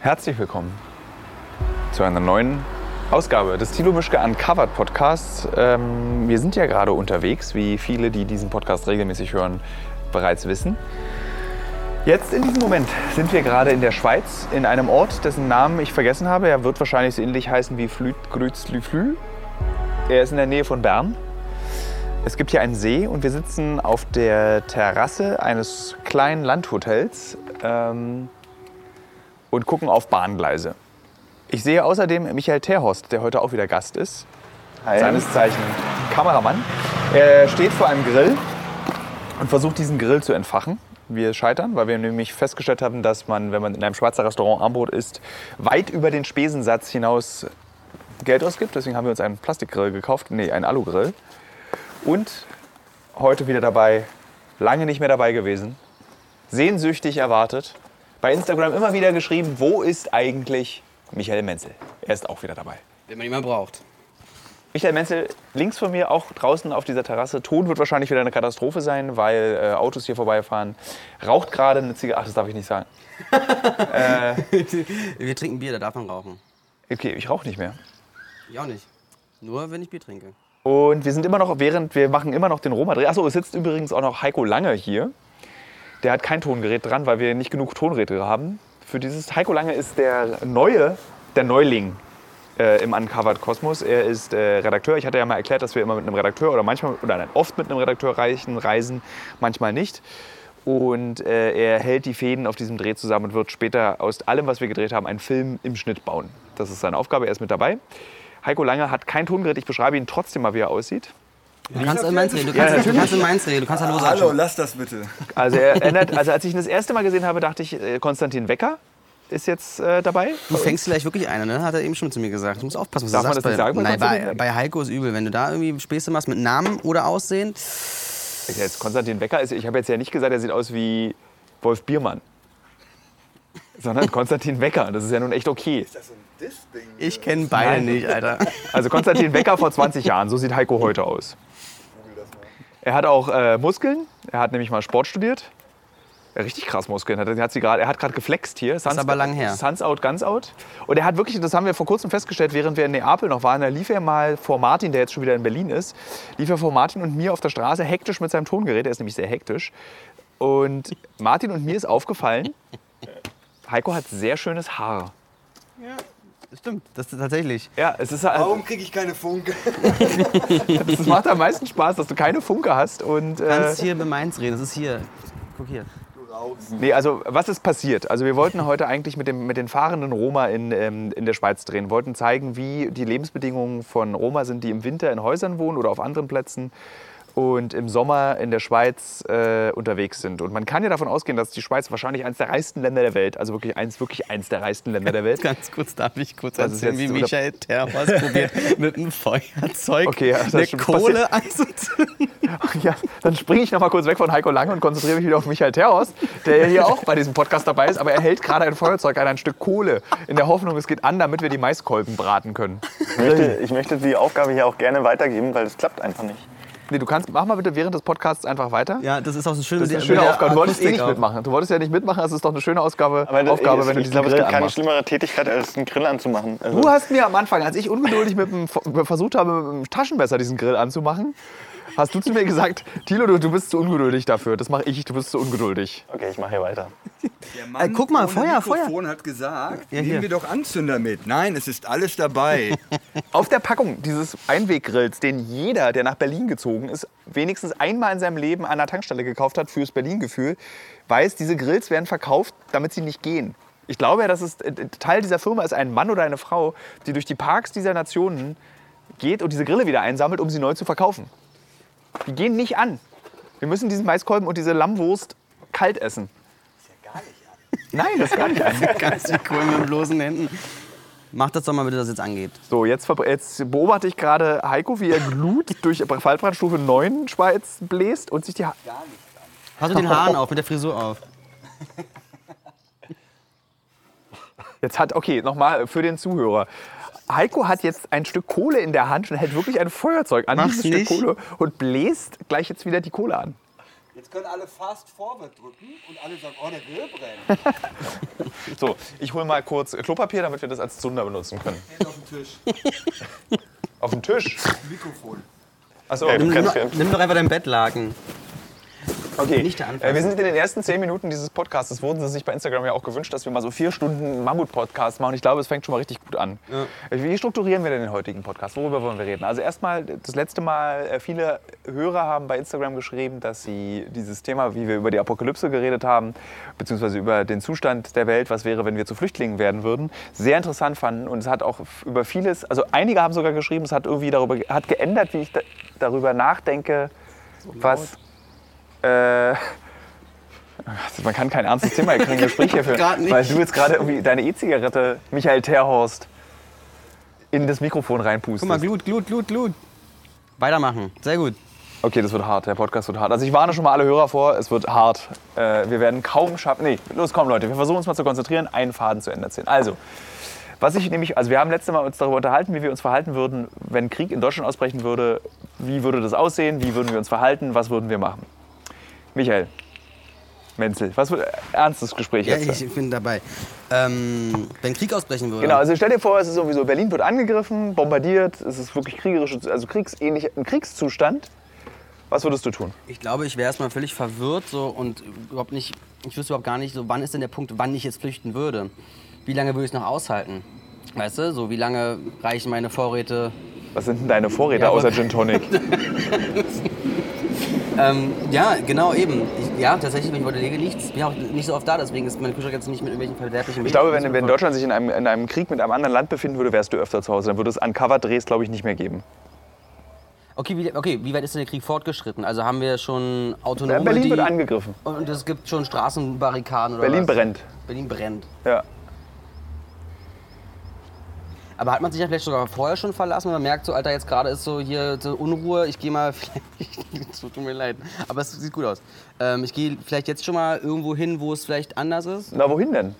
Herzlich willkommen zu einer neuen Ausgabe des Thilo Mischke Uncovered Podcasts. Ähm, wir sind ja gerade unterwegs, wie viele, die diesen Podcast regelmäßig hören, bereits wissen. Jetzt in diesem Moment sind wir gerade in der Schweiz, in einem Ort, dessen Namen ich vergessen habe. Er wird wahrscheinlich so ähnlich heißen wie Flüt Grützlü Flü. Er ist in der Nähe von Bern. Es gibt hier einen See und wir sitzen auf der Terrasse eines kleinen Landhotels ähm, und gucken auf Bahngleise. Ich sehe außerdem Michael Terhorst, der heute auch wieder Gast ist. Seines Zeichen Kameramann. Er steht vor einem Grill und versucht, diesen Grill zu entfachen. Wir scheitern, weil wir nämlich festgestellt haben, dass man, wenn man in einem Schweizer Restaurant Armbrot isst, weit über den Spesensatz hinaus Geld ausgibt. Deswegen haben wir uns einen Plastikgrill gekauft, nee, einen Alugrill. Und heute wieder dabei, lange nicht mehr dabei gewesen, sehnsüchtig erwartet, bei Instagram immer wieder geschrieben, wo ist eigentlich Michael Menzel? Er ist auch wieder dabei. Wenn man jemanden braucht. Michael Menzel, links von mir, auch draußen auf dieser Terrasse. Ton wird wahrscheinlich wieder eine Katastrophe sein, weil äh, Autos hier vorbeifahren. Raucht gerade eine Zigarette. Ach, das darf ich nicht sagen. Wir trinken Bier, da darf man rauchen. Okay, ich rauche nicht mehr. Ich auch nicht. Nur wenn ich Bier trinke. Und wir sind immer noch, während wir machen immer noch den Roma-Dreh. Achso, es sitzt übrigens auch noch Heiko Lange hier. Der hat kein Tongerät dran, weil wir nicht genug Tonräte haben. Für dieses Heiko Lange ist der neue, der Neuling äh, im Uncovered Kosmos. Er ist äh, Redakteur. Ich hatte ja mal erklärt, dass wir immer mit einem Redakteur oder manchmal oder nein, oft mit einem Redakteur reichen, reisen, manchmal nicht. Und äh, er hält die Fäden auf diesem Dreh zusammen und wird später aus allem, was wir gedreht haben, einen Film im Schnitt bauen. Das ist seine Aufgabe. Er ist mit dabei. Heiko Lange hat kein Tongerät. Ich beschreibe ihn trotzdem mal, wie er aussieht. Du kannst in Mainz reden, du kannst, du kannst in Mainz reden, du kannst halt los Hallo, lass das bitte. Also, er erinnert, also als ich ihn das erste Mal gesehen habe, dachte ich, äh, Konstantin Wecker ist jetzt äh, dabei. Du fängst vielleicht wirklich eine, ne? Hat er eben schon zu mir gesagt. Du musst aufpassen, was Darf du man sagst. das nicht sagen bei bei, nein, bei, Konstantin? bei Heiko ist übel. Wenn du da irgendwie Späße machst mit Namen oder Aussehen, Ich- Jetzt Konstantin Wecker ist, ich habe jetzt ja nicht gesagt, er sieht aus wie Wolf Biermann. Sondern Konstantin Wecker. Das ist ja nun echt okay. Das ist ein Diss-Ding. ich kenne beide nicht, Alter. Also Konstantin Wecker vor 20 Jahren, so sieht Heiko heute aus. Er hat auch äh, Muskeln, er hat nämlich mal Sport studiert. Ja, Richtig krass Muskeln. Hat, er- hat sie grad, er hat gerade geflext hier. Suns, aber lang her. Suns out, ganz out. Und er hat wirklich, das haben wir vor kurzem festgestellt, während wir in Neapel noch waren, da lief er mal vor Martin, der jetzt schon wieder in Berlin ist, lief er vor Martin und mir auf der Straße hektisch mit seinem Tongerät. Er ist nämlich sehr hektisch. Und Martin und mir ist aufgefallen, Heiko hat sehr schönes Haar. Stimmt, das ist tatsächlich. Ja, es ist halt- Warum kriege ich keine Funke? Es macht am meisten Spaß, dass du keine Funke hast. Und, Du äh, kannst hier bei Mainz reden, das ist hier. Guck hier. Du rauchst. nee, also was ist passiert? Also wir wollten heute eigentlich mit, dem, mit den fahrenden Roma in, ähm, in der Schweiz drehen, wollten zeigen, wie die Lebensbedingungen von Roma sind, die im Winter in Häusern wohnen oder auf anderen Plätzen und im Sommer in der Schweiz äh, unterwegs sind. Und man kann ja davon ausgehen, dass die Schweiz wahrscheinlich eines der reichsten Länder der Welt, also wirklich eins, wirklich eins der reichsten Länder der Welt. Ganz kurz darf ich kurz Das ist erzählen, wie jetzt- Michael Termas probiert, mit einem Feuerzeug Okay, ja, das ist eine schon Kohle anzuzünden. Ja, dann springe ich noch mal kurz weg von Heiko Lange und konzentriere mich wieder auf Michael Terhorst, der ja hier auch bei diesem Podcast dabei ist, aber er hält gerade ein Feuerzeug an ein Stück Kohle in der Hoffnung, es geht an, damit wir die Maiskolben braten können. Ich möchte, ich möchte die Aufgabe hier auch gerne weitergeben, weil es klappt einfach nicht. Nee, du kannst, mach mal bitte während des Podcasts einfach weiter. Ja, das ist auch so schön. Das ist eine schöne Aufgabe. Du wolltest eh nicht mitmachen. Du wolltest ja nicht mitmachen, das ist doch eine schöne Ausgabe, Aber Aufgabe, ich, wenn du ich diesen glaube, es Grill gibt keine anmachst. schlimmere Tätigkeit, als einen Grill anzumachen. Also, Du hast mir am Anfang, als ich ungeduldig mit dem, versucht habe, mit dem Taschenmesser diesen Grill anzumachen, hast du zu mir gesagt, Thilo, du, du bist zu ungeduldig dafür. Das mache ich, du bist zu ungeduldig. okay, ich mache hier weiter. Der Mann Ey, guck mal, ohne Feuer, Mikrofon hat gesagt, Ja, hier. nehmen wir doch Anzünder mit. Nein, es ist alles dabei. Auf der Packung dieses Einweggrills, den jeder, der nach Berlin gezogen ist, wenigstens einmal in seinem Leben an der Tankstelle gekauft hat fürs Berlin-Gefühl, weiß, diese Grills werden verkauft, damit sie nicht gehen. Ich glaube ja, dass es äh, Teil dieser Firma ist ein Mann oder eine Frau, die durch die Parks dieser Nationen geht und diese Grille wieder einsammelt, um sie neu zu verkaufen. Die gehen nicht an. Wir müssen diesen Maiskolben und diese Lammwurst kalt essen. Nein, das ist gar nicht an. Ganz die Kohle mit bloßen Händen. Mach das doch mal bitte, dass jetzt angeht. So, jetzt, verbr- jetzt beobachte ich gerade Heiko, wie er Glut durch Fallbrandstufe 9 Schweiz bläst und sich die ha Pass mit den Haaren auf, mit der Frisur auf. Jetzt hat, okay, nochmal für den Zuhörer. Heiko hat jetzt ein Stück Kohle in der Hand und hält wirklich ein Feuerzeug an Mach's dieses Stück nicht. Kohle und bläst gleich jetzt wieder die Kohle an. Jetzt können alle fast forward drücken und alle sagen, oh, der Grill brennt. So, ich hole mal kurz Klopapier, damit wir das als Zunder benutzen können. Steht auf dem Tisch. Auf den Tisch. Mikrofon. Achso, Ja, Nimm, Kennst doch- du? nimm doch einfach deinen Bettlaken. okay. nicht der Anfang. Äh, wir sind in den ersten zehn Minuten dieses Podcasts. Es wurden sie sich bei Instagram ja auch gewünscht, dass wir mal so vier Stunden Mammut-Podcast machen. Ich glaube, es fängt schon mal richtig gut an. Äh, Wie strukturieren wir denn den heutigen Podcast? Worüber wollen wir reden? Also erstmal, das letzte Mal, äh, viele Hörer haben bei Instagram geschrieben, dass sie dieses Thema, wie wir über die Apokalypse geredet haben, beziehungsweise über den Zustand der Welt, was wäre, wenn wir zu Flüchtlingen werden würden, sehr interessant fanden. Und es hat auch f- über vieles, also einige haben sogar geschrieben, es hat irgendwie darüber, ge- hat geändert, wie ich da, darüber nachdenke, was... Äh, man kann kein ernstes Thema, hier, kein Gespräch hier führen, Grad nicht. weil du jetzt gerade irgendwie deine E-Zigarette, Michael Terhorst, in das Mikrofon reinpustest. Guck mal, Glut, Glut, Glut, Glut. Weitermachen. Sehr gut. Okay, das wird hart. Der Podcast wird hart. Also ich warne schon mal alle Hörer vor, es wird hart. Äh, wir werden kaum schaffen. Nee, los, komm Leute, wir versuchen uns mal zu konzentrieren, einen Faden zu Ende erzählen. Also, was ich nämlich, also wir haben letztes Mal uns darüber unterhalten, wie wir uns verhalten würden, wenn Krieg in Deutschland ausbrechen würde. Wie würde das aussehen? Wie würden wir uns verhalten? Was würden wir machen? Michael, Menzel, was wird ernstes Gespräch Ja, jetzt? ich bin dabei. Ähm, wenn Krieg ausbrechen würde. Genau, also stell dir vor, es ist sowieso, Berlin wird angegriffen, bombardiert, es ist wirklich kriegerische, also kriegsähnlich, ein Kriegszustand. Was würdest du tun? Ich glaube, ich wäre erstmal völlig verwirrt so und überhaupt nicht, ich wüsste überhaupt gar nicht, so wann ist denn der Punkt, wann ich jetzt flüchten würde. Wie lange würde ich es noch aushalten? Weißt du, so wie lange reichen meine Vorräte? Was sind denn deine Vorräte Ja, aber- außer Gin Tonic? Ähm, ja, genau, eben. Ich, ja, tatsächlich, wenn ich heute lege, nichts. Ich bin auch nicht so oft da, deswegen ist mein Kühlschrank jetzt nicht mit irgendwelchen verderblichen Ich glaube, wenn, wenn Deutschland sich in einem, in einem Krieg mit einem anderen Land befinden würde, wärst du öfter zu Hause. Dann würde es Uncover-Drehs, glaube ich, nicht mehr geben. Okay wie, okay, wie weit ist denn der Krieg fortgeschritten? Also haben wir schon autonome Ja, Berlin die, wird angegriffen. Und es gibt schon Straßenbarrikaden oder Berlin was? brennt. Berlin brennt. Ja. Aber hat man sich ja vielleicht sogar vorher schon verlassen, wenn man merkt, so Alter, jetzt gerade ist so hier so Unruhe, ich gehe mal, vielleicht- es tut mir leid, aber es sieht gut aus. Ähm, ich gehe vielleicht jetzt schon mal irgendwo hin, wo es vielleicht anders ist. Na, wohin denn?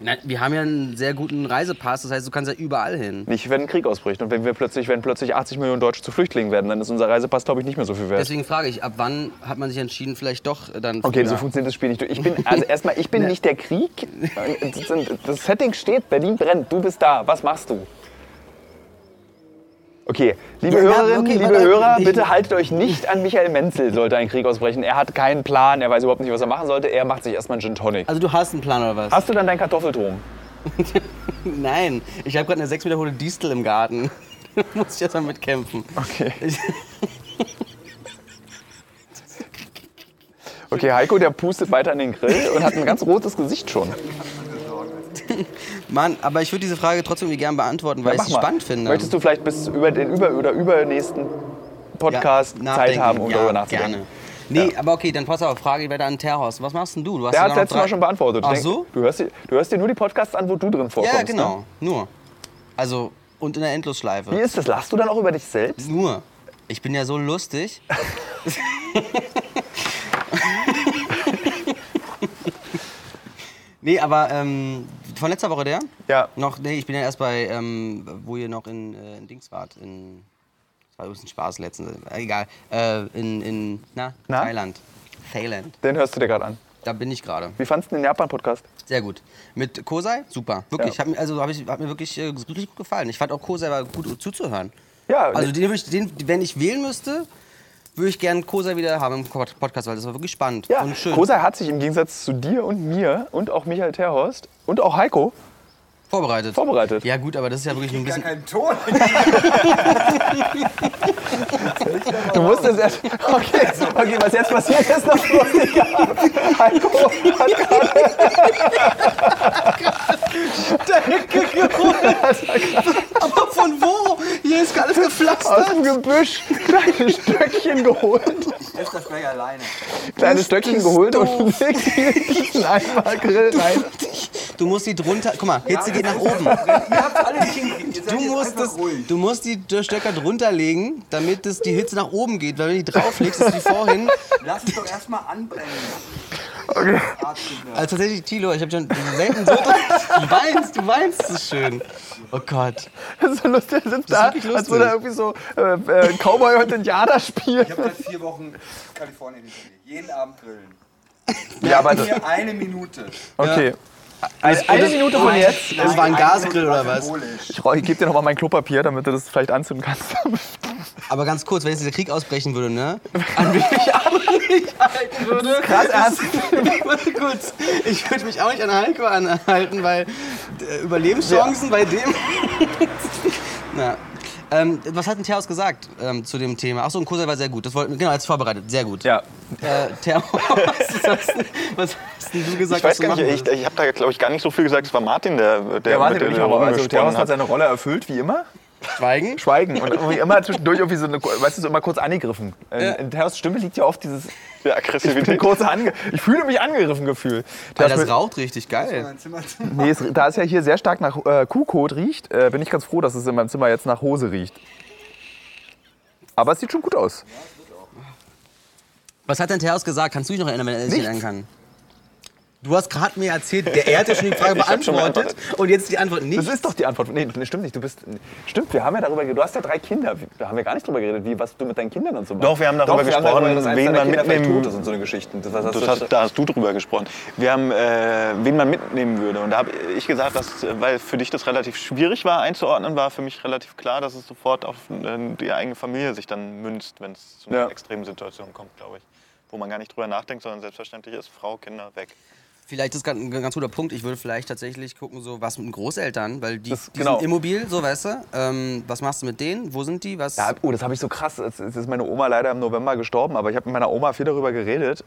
Na, wir haben ja einen sehr guten Reisepass, das heißt, du kannst ja überall hin. Nicht, wenn ein Krieg ausbricht. Und wenn, wir plötzlich, wenn plötzlich 80 Millionen Deutsche zu Flüchtlingen werden, dann ist unser Reisepass, glaube ich, nicht mehr so viel wert. Deswegen frage ich, ab wann hat man sich entschieden, vielleicht doch äh, dann Okay, früher? so funktioniert das Spiel nicht. Ich bin, also erstmal, ich bin nicht der Krieg. Das, sind- das Setting steht, Berlin brennt, du bist da. Was machst du? Okay, liebe Ja, na, Hörerinnen, okay, liebe warte, Hörer, ich- bitte haltet euch nicht an Michael Menzel, sollte ein Krieg ausbrechen. Er hat keinen Plan, er weiß überhaupt nicht, was er machen sollte. Er macht sich erstmal einen Gin Tonic. Also du hast einen Plan oder was? Hast du dann deinen Kartoffelturm? Nein, ich habe gerade eine 6 Meter hohe Distel im Garten. Muss ich jetzt mal mitkämpfen. Okay. Okay, Heiko, der pustet weiter in den Grill und hat ein ganz rotes Gesicht schon. Mann, aber ich würde diese Frage trotzdem irgendwie gern beantworten, weil ich Mach sie mal. spannend finde. Möchtest du vielleicht bis über den über oder übernächsten Podcast Ja, Zeit nachdenken. haben, um ja, darüber nachzudenken? Gerne. Nee, aber okay, dann pass auf, frage ich weiter an Terhorst. Was machst denn du? du hast Der hat sogar es letztes noch Mal drei- schon beantwortet. Ach Denk- so? Du hörst, dir, du hörst dir nur die Podcasts an, wo du drin vorkommst. Ja, Ne? genau. Nur. Also, und in der Endlosschleife. Wie ist das? Lachst du dann auch über dich selbst? Nur. Ich bin ja so lustig. nee, aber ähm, von letzter Woche der? Ja. Noch, nee, ich bin ja erst bei, ähm, wo ihr noch in, äh, in Dings wart. In, das war übrigens ein Spaß letztens. äh, Egal. Äh, in, in na, Na? Thailand. Thailand. Den hörst du dir gerade an. Da bin ich gerade. Wie fandst du den Japan-Podcast? Sehr gut. Mit Kosei? Super. Wirklich. Ja. Hat, mir- also, hab ich, hat mir wirklich äh, richtig gut gefallen. Ich fand auch Kosei war gut um zuzuhören. Ja, Also ne- den, würd ich, den, wenn ich wählen müsste, würde ich gerne Kosa wieder haben im Pod- Podcast, weil das war wirklich spannend ja. und schön Kosa hat sich im Gegensatz zu dir und mir und auch Michael Terhorst und auch Heiko vorbereitet. vorbereitet. Ja gut, aber das ist ja wirklich nur ein Gar bisschen... keinen Ton. Du musst es erst. Oh, Okay, okay, was jetzt passiert ist noch lustiger. Heiko hat gerade. Aber von wo? Hier ist alles aus gepflastert. dem Gebüsch kleine Stöckchen geholt. Ist das gleich alleine. Kleine Stöckchen geholt und legt die in einmal Grill rein. Du musst die drunter... Guck mal, Hitze geht nach oben. Ihr habt alle nicht hingekriegt. Ihr seid Du jetzt musst, einfach das, ruhig. du musst die Stöcker drunter legen, damit das die Hitze nach oben geht. Weil wenn du die drauflegst, ist wie vorhin. Lass es doch erstmal anbrennen. ne? Also tatsächlich, Thilo, ich habe schon selten so. Du weinst, du weinst so schön. Oh Gott. Das ist so lustig, er sitzt Das ist da, wirklich als lustig. würde er irgendwie so äh, äh, Cowboy und Indianer Ich spielen. habe halt vier Wochen Kalifornien hinter mir. Jeden Abend grillen. Ja, aber das, Hier eine Minute. okay. Eine, Minute von jetzt. Also, Das war ein Eine Gasgrill oder war was? symbolisch. Ich, räu- ich gebe dir nochmal mein Klopapier, damit du das vielleicht anzünden kannst. Aber ganz kurz, wenn jetzt dieser Krieg ausbrechen würde, ne? An wen ich auch nicht halten würde. Krass, ernst. Warte kurz. Ich würde mich auch nicht an Heiko anhalten, weil äh, Überlebenschancen bei dem. Na. Ähm, was hat denn Theos gesagt ähm, zu dem Thema? Achso, ein Kurs war sehr gut. Das wollten, genau, jetzt vorbereitet. Sehr gut. Ja, Äh, Theo, was, hast, denn- was hast denn du gesagt? Ich weiß was du gar nicht, machen ich, ich habe da, glaube ich, gar nicht so viel gesagt. Es war Martin, der, der, der Martin mit und der ich haben auch. Also, gesprochen Theos hat hat. seine Rolle erfüllt, wie immer. willst? Schweigen? Schweigen und irgendwie immer zwischendurch irgendwie so, eine, weißt du, so immer kurz angegriffen. In, in Theos Stimme liegt ja oft dieses, Ja, ich bin Aggressivität. kurz ange, ich fühle mich angegriffen Gefühl. Alter, Theos- das raucht richtig geil. Mein Zimmer zum Nee, es, da es ja hier sehr stark nach äh, Kuhkot riecht, äh, bin ich ganz froh, dass es in meinem Zimmer jetzt nach Hose riecht. Aber es sieht schon gut aus. Was hat denn Theos gesagt? Kannst du dich noch erinnern, wenn er sich Nichts. erinnern kann? Du hast gerade mir erzählt, der er hat ja schon die Frage Ich hab schon beantwortet und jetzt die Antwort nicht. Das ist doch die Antwort. Nee, das stimmt nicht. Du bist. Stimmt, wir haben ja darüber geredet. Du hast ja drei Kinder. Da haben wir gar nicht drüber geredet, wie, was du mit deinen Kindern und so machst. Doch, wir haben darüber Doch, wir haben gesprochen, darüber, dass eins wen deiner man Kinder vielleicht mitnehmen- tot ist und so eine Geschichten. Das, das, das, Das hast, da hast du drüber gesprochen. Wir haben, äh, wen man mitnehmen würde. Und da habe ich gesagt, dass, äh, weil für dich das relativ schwierig war einzuordnen, war für mich relativ klar, dass es sofort auf äh, die eigene Familie sich dann münzt, wenn es zu einer Ja. extremen Situation kommt, glaube ich. Wo man gar nicht drüber nachdenkt, sondern selbstverständlich ist, Frau, Kinder, weg. Vielleicht ist ganz- ein ganz guter Punkt. Ich würde vielleicht tatsächlich gucken, so was mit den Großeltern, weil die, Das- die genau. sind immobil, so weißt du. Ähm, was machst du mit denen? Wo sind die? Was? Ja, oh, das habe ich so krass. Es es ist meine Oma leider im November gestorben, aber ich habe mit meiner Oma viel darüber geredet,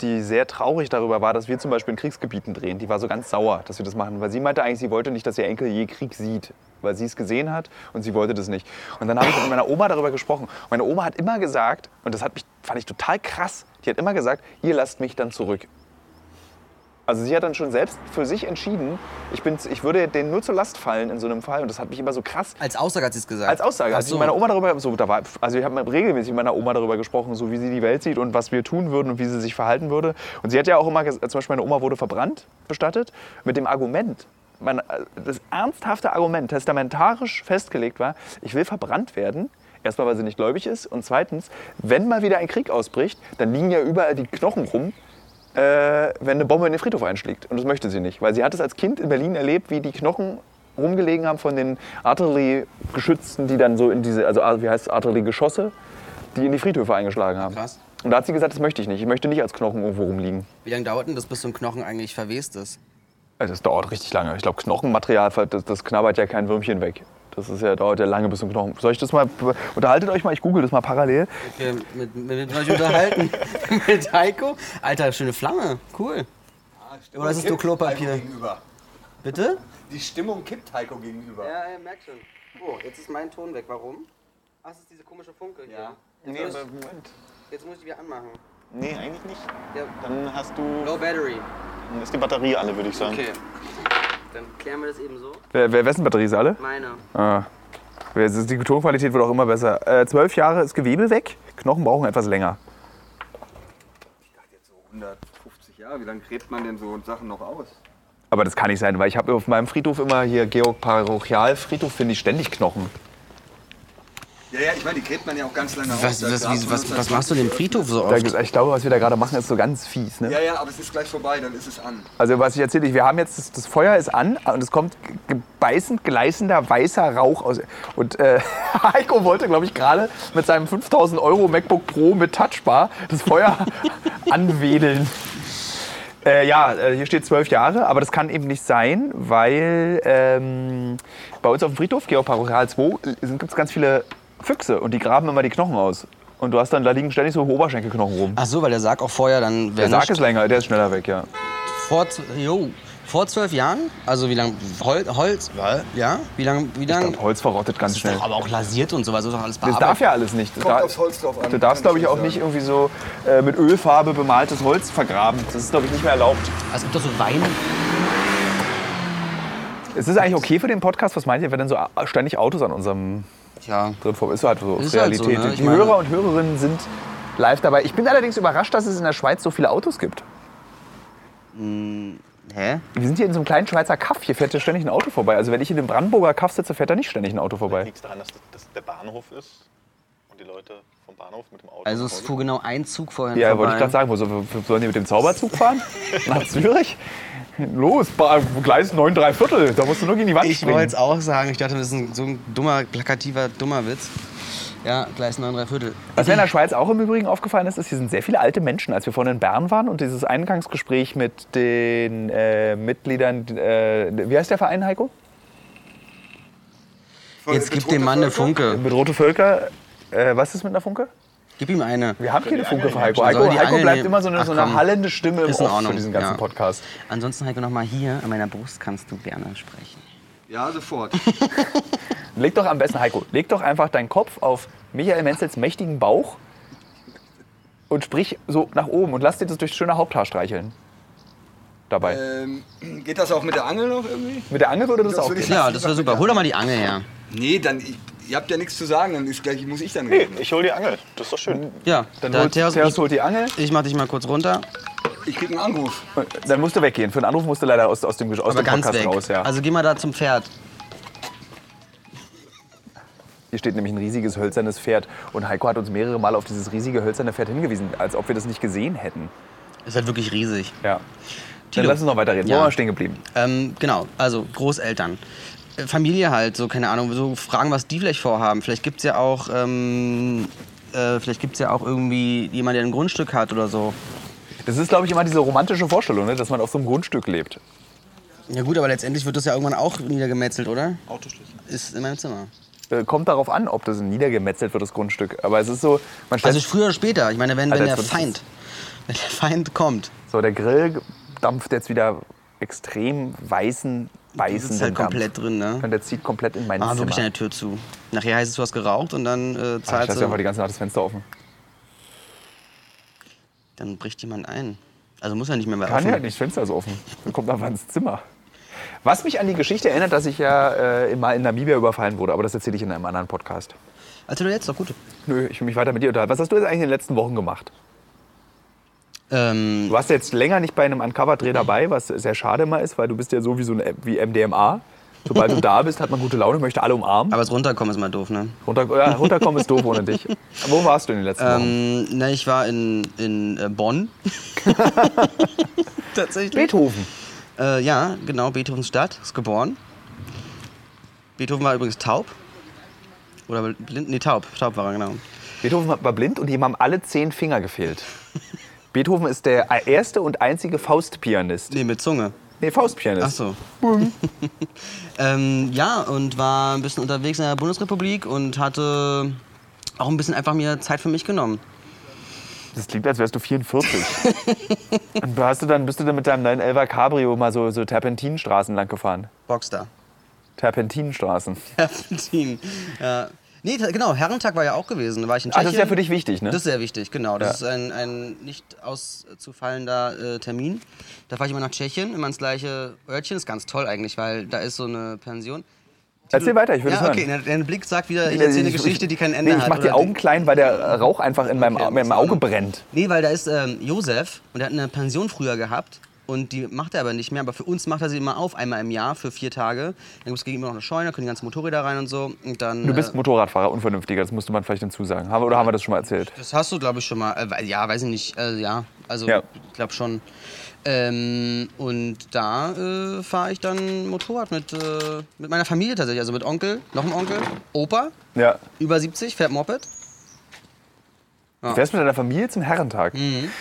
die sehr traurig darüber war, dass wir zum Beispiel in Kriegsgebieten drehen. Die war so ganz sauer, dass wir das machen, weil sie meinte eigentlich, sie wollte nicht, dass ihr Enkel je Krieg sieht, weil sie es gesehen hat und sie wollte das nicht. Und dann habe ich mit meiner Oma darüber gesprochen. Meine Oma hat immer gesagt, und das hat mich, fand ich total krass, die hat immer gesagt, ihr lasst mich dann zurück. Also sie hat dann schon selbst für sich entschieden, ich, bin, ich würde denen nur zur Last fallen in so einem Fall. Und das hat mich immer so krass als Aussage hat sie es gesagt. als Aussage. Als Ach so. ich mit meiner Oma darüber, so, da war, also ich habe regelmäßig mit meiner Oma darüber gesprochen, so wie sie die Welt sieht und was wir tun würden und wie sie sich verhalten würde. Und sie hat ja auch immer, ges- zum Beispiel meine Oma wurde verbrannt, bestattet, mit dem Argument, mein, das ernsthafte Argument, testamentarisch festgelegt war, ich will verbrannt werden. Erstmal, weil sie nicht gläubig ist. Und zweitens, wenn mal wieder ein Krieg ausbricht, dann liegen ja überall die Knochen rum äh, wenn eine Bombe in den Friedhof einschlägt. Und das möchte sie nicht, weil sie hat es als Kind in Berlin erlebt, wie die Knochen rumgelegen haben von den Artilleriegeschützten, die dann so in diese, also ah, wie heißt es, Artilleriegeschosse, die in die Friedhöfe eingeschlagen haben. Krass. Und da hat sie gesagt, das möchte ich nicht. Ich möchte nicht als Knochen irgendwo rumliegen. Wie lange dauert denn das, bis so ein Knochen eigentlich verwest ist? Also das dauert richtig lange. Ich glaube, Knochenmaterial, das, das knabbert ja kein Würmchen weg. Das ist ja, dauert ja lange bis zum Knochen. Soll ich das mal, unterhaltet euch mal, ich google das mal parallel. Okay, mit, mit, mit euch unterhalten. mit Heiko. Alter, schöne Flamme. Cool. Oder ist es nur Ah, Kippt Klopapier? Heiko gegenüber. Bitte? Die Stimmung kippt Heiko gegenüber. Ja, ja, merk schon. Oh, jetzt ist mein Ton weg. Warum? Ach, es ist diese komische Funke hier. Ja. Nee, aber Moment. Jetzt muss ich die wieder anmachen. Nee, eigentlich nicht. Ja, Dann hast du. low battery. Dann ist die Batterie alle, würde ich sagen. Okay. Dann klären wir das eben so. Wer, wer wessen Batterie ist alle? Meine. Ah. Es ist- Die Tonqualität wird auch immer besser. Äh, zwölf Jahre ist Gewebe weg, Knochen brauchen etwas länger. Ich dachte jetzt so 150 Jahre. Wie lange gräbt man denn so Sachen noch aus? Aber das kann nicht sein, weil ich habe auf meinem Friedhof immer hier Georg Parochial Friedhof finde ich ständig Knochen. Ja, ja, ich meine, die gräbt man ja auch ganz lange aus. Was, Da was, grabt was, man was, das was dann- machst du dem Friedhof so Da, oft? ich glaube, was wir da gerade machen, ist so ganz fies. Ne? Ja, ja, aber es ist gleich vorbei, dann ist es an. Also was ich erzähle, wir haben jetzt das, das Feuer ist an und es kommt ge- beißend gleißender weißer Rauch aus. Und äh, Heiko wollte, glaube ich, gerade mit seinem 5000 Euro MacBook Pro mit Touchbar das Feuer anwedeln. Äh, ja, äh, hier steht zwölf Jahre, aber das kann eben nicht sein, weil ähm, bei uns auf dem Friedhof, Geoparochal 2, gibt es ganz viele Füchse und die graben immer die Knochen aus. Und du hast dann, da liegen ständig so Oberschenkelknochen rum. Ach so, weil der Sarg auch vorher dann... Der Sarg ist länger, der ist schneller weg, ja. Vor, zw- jo, vor zwölf Jahren? Also wie lange... Hol, Holz? Ja? Wie lange... Wie lang, Und Holz verrottet ganz schnell. aber auch lasiert und sowas. Das ist doch Das alles bearbeitet. darf ja alles nicht. Das Kommt darf- aufs Holz drauf an, Du darfst, kann glaube ich ich, auch sagen. nicht irgendwie so äh, mit Ölfarbe bemaltes Holz vergraben. Das ist, glaube ich, nicht mehr erlaubt. Also, es gibt doch so Wein... Ist das eigentlich okay für den Podcast? Was meint ihr, wenn dann so a- ständig Autos an unserem Ja. drin vorbei ist? Halt so Ist halt so, Realität. ne? Ich Die meine- Hörer und Hörerinnen sind live dabei. Ich bin allerdings überrascht, dass es in der Schweiz so viele Autos gibt. Hä? Wir sind hier in so einem kleinen Schweizer Kaff. Hier fährt ja ständig ein Auto vorbei. Also wenn ich in dem Brandenburger Kaff sitze, fährt da nicht ständig ein Auto vorbei. Liegt daran, dass das der Bahnhof ist und die Leute vom Bahnhof mit dem Auto. Also es fuhr genau ein Zug vorher Ja, vorbei. wollte ich gerade sagen. Wo so- sollen die mit dem Zauberzug fahren? Nach Zürich? Los, Ba- Gleis 9, 3 Viertel. Da musst du nur gegen die Wand Ich springen. wollte es auch sagen. Ich dachte, das ist ein, so ein dummer, plakativer, dummer Witz. Ja, Gleis 9, 3 Viertel. Was mir in der Schweiz auch im Übrigen aufgefallen ist, ist, hier sind sehr viele alte Menschen. Als wir vorhin in Bern waren und dieses Eingangsgespräch mit den äh, Mitgliedern, äh, wie heißt der Verein, Heiko? Jetzt gib dem Mann eine Funke. Mit Rote Völker. Äh, was ist mit einer Funke? Gib ihm eine. Wir haben hier eine Funke für Heiko. schon. Heiko, Soll Also die Heiko Angel bleibt nehmen? immer so eine, Ach, so eine komm. hallende Stimme im Ist in Off für Ordnung, diesen ganzen ja. Podcast. Ansonsten, Heiko, nochmal hier an meiner Brust kannst du gerne sprechen. Ja, sofort. Leg doch am besten, Heiko, leg doch einfach deinen Kopf auf Michael Menzels mächtigen Bauch und sprich so nach oben und lass dir das durch schöne Haupthaar streicheln. Dabei. ähm, geht das auch mit der Angel noch irgendwie? Mit der Angel würde das, das auch würde ich gehen. Ja, Äh, das war super. Hol doch mal die Angel her. Nee, dann, ich, ihr habt ja nichts zu sagen, dann ist gleich, muss ich dann Nee, reden. ich hole die Angel. Das ist doch schön. Ja, Dann da, holt, Theos, Theos ich- holt die Angel. Ich mach dich mal kurz runter. Ich krieg einen Anruf. Dann musst du weggehen. Für einen Anruf musst du leider aus, aus dem, aus Aber dem ganz Podcast weg. raus. Ja. Also geh mal da zum Pferd. Hier steht nämlich ein riesiges hölzernes Pferd. Und Heiko hat uns mehrere Mal auf dieses riesige hölzerne Pferd hingewiesen, als ob wir das nicht gesehen hätten. Ist halt wirklich riesig. Ja. Dann Tilo. lass uns noch weiterreden. Ja. Wo waren wir stehen geblieben? Ähm, genau, also Großeltern. Äh, Familie halt, so keine Ahnung, so fragen, was die vielleicht vorhaben. Vielleicht gibt es ja auch, ähm, äh, vielleicht gibt's ja auch irgendwie jemand, der ein Grundstück hat oder so. Das ist, glaube ich, immer diese romantische Vorstellung, ne? dass man auf so einem Grundstück lebt. Ja gut, aber letztendlich wird das ja irgendwann auch niedergemetzelt, oder? Autoschlüssel. Ist in meinem Zimmer. Äh, Kommt darauf an, ob das niedergemetzelt wird, das Grundstück. Aber es ist so, man stellt Also früher oder später. Ich meine, wenn, Alter, wenn der jetzt wird- Feind, wenn der Feind kommt, so, der Grill dampft jetzt wieder extrem weißen, ist weißen es halt komplett drin, ne? Ah, Und der zieht komplett in mein Mach Zimmer. wirklich deine Tür zu. Nachher heißt es, du hast geraucht und dann äh, Ach, ich zahlst lasse einfach die du. ganze Nacht das Fenster offen. Dann bricht jemand ein. Also muss er nicht mehr bei Kann offen. ja nicht, das Fenster ist offen. Dann kommt einfach ins Zimmer. Was mich an die Geschichte erinnert, dass ich ja äh, mal in Namibia überfallen wurde, aber das erzähle ich in einem anderen Podcast. Also du jetzt doch gut. Nö, ich will mich weiter mit dir unterhalten. Was hast du jetzt eigentlich in den letzten Wochen gemacht? Ähm, Du warst jetzt länger nicht bei einem Uncover-Dreh dabei, was sehr schade mal ist, weil du bist ja so wie so ein äh, wie MDMA. Sobald du da bist, hat man gute Laune, möchte alle umarmen. aber das Runterkommen ist mal doof, ne? Runter, ja, runterkommen ist doof ohne dich. Wo warst du in den letzten Wochen? Ähm, na, ich war in, in äh, Bonn. Tatsächlich. Beethoven. Äh, ja, genau, Beethovens Stadt, ist geboren. Beethoven war übrigens taub. Oder blind, nee, taub, taub war er, genau. Beethoven war blind und ihm haben alle zehn Finger gefehlt. Beethoven ist der erste und einzige Faustpianist. Nee, mit Zunge. Nee, Faustpianist. Ach so. Hm. ähm, ja, und war ein bisschen unterwegs in der Bundesrepublik und hatte auch ein bisschen einfach mir Zeit für mich genommen. Das klingt, als wärst du 44. und hast du dann, bist du dann mit deinem 911er Cabrio mal so, so Terpentinenstraßen lang gefahren? Boxster. Terpentinenstraßen. Ah, Terpentin. Ja. Nee, ta- genau, Herrentag war ja auch gewesen. Da war ich in Ach, Tschechien. das ist ja für dich wichtig, ne? Das ist sehr wichtig, genau. Das Ja. ist ein, ein nicht auszufallender äh, Termin. Da fahre ich immer nach Tschechien, immer ins gleiche Örtchen. Ist ganz toll eigentlich, weil da ist so eine Pension. Erzähl weiter, ich würde es ja, hören. okay, na, dein Blick sagt wieder, ich erzähle eine Ich- ich- Geschichte, die kein Ende nee, ich hat. mach die oder Augen klein, weil der Rauch einfach in meinem, Okay, in meinem das Auge ist in Ordnung. brennt. Nee, weil da ist ähm, Josef und der hat eine Pension früher gehabt und die macht er aber nicht mehr. Aber für uns macht er sie immer auf, einmal im Jahr für vier Tage. Dann gibt es gegenüber noch eine Scheune, können die ganzen Motorräder rein und so. Und dann, Du bist Motorradfahrer, unvernünftiger, das musste man vielleicht hinzusagen. Haben, oder haben wir das schon mal erzählt? Das hast du, glaube ich, schon mal. Äh, we- ja, weiß ich nicht. Äh, ja, also Ja. ich glaube schon. Ähm, und da äh, fahre ich dann Motorrad mit, äh, mit meiner Familie tatsächlich. Also mit Onkel, noch einem Onkel, Opa, Ja. über 70, fährt Moped. Du fährst mit deiner Familie zum Herrentag.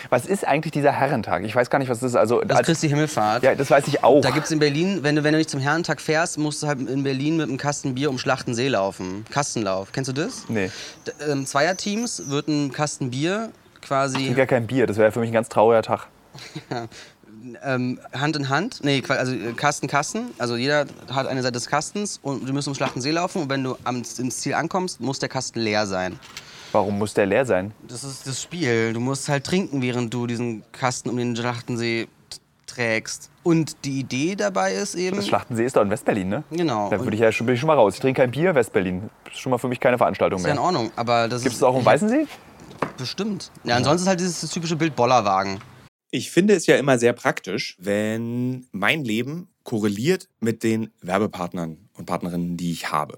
Was ist eigentlich dieser Herrentag? Ich weiß gar nicht, was das ist. Also, Mhm. Das ist als- Christi Himmelfahrt. ja, das weiß ich auch. Da gibt es in Berlin, wenn du, wenn du nicht zum Herrentag fährst, musst du halt in Berlin mit einem Kasten Bier um Schlachtensee laufen. Kastenlauf. Kennst du das? Nee. D ähm, Zweierteams wird ein Kasten Bier quasi gar kein Bier, das wäre für mich ein ganz trauriger Tag. ähm, Hand in Hand, nee, Qua- also äh, Kasten, Kasten, also jeder hat eine Seite des Kastens und du musst um Schlachtensee laufen und wenn du am, ins Ziel ankommst, muss der Kasten leer sein. Warum muss der leer sein? Das ist das Spiel. Du musst halt trinken, während du diesen Kasten um den Schlachtensee t- trägst. Und die Idee dabei ist eben, Das Schlachtensee ist doch in Westberlin, ne? Genau. Da würde ich ja schon, bin ich schon mal raus. Ich trinke kein Bier, Westberlin. Ist schon mal für mich keine Veranstaltung ist ja mehr. in Ordnung, aber das Gibt es ist auch im Weißensee? bestimmt. Ja, ansonsten ist halt dieses typische Bild Bollerwagen. Ich finde es ja immer sehr praktisch, wenn mein Leben korreliert mit den Werbepartnern und Partnerinnen, die ich habe.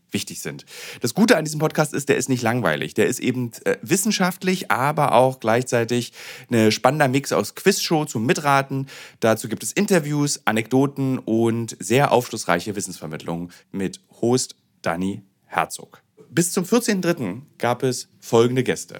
wichtig sind. Das Gute an diesem Podcast ist, der ist nicht langweilig. Der ist eben äh, wissenschaftlich, aber auch gleichzeitig ein spannender Mix aus Quizshow zum Mitraten. Dazu gibt es Interviews, Anekdoten und sehr aufschlussreiche Wissensvermittlungen mit Host Danny Herzog. Bis zum 14.03. gab es folgende Gäste.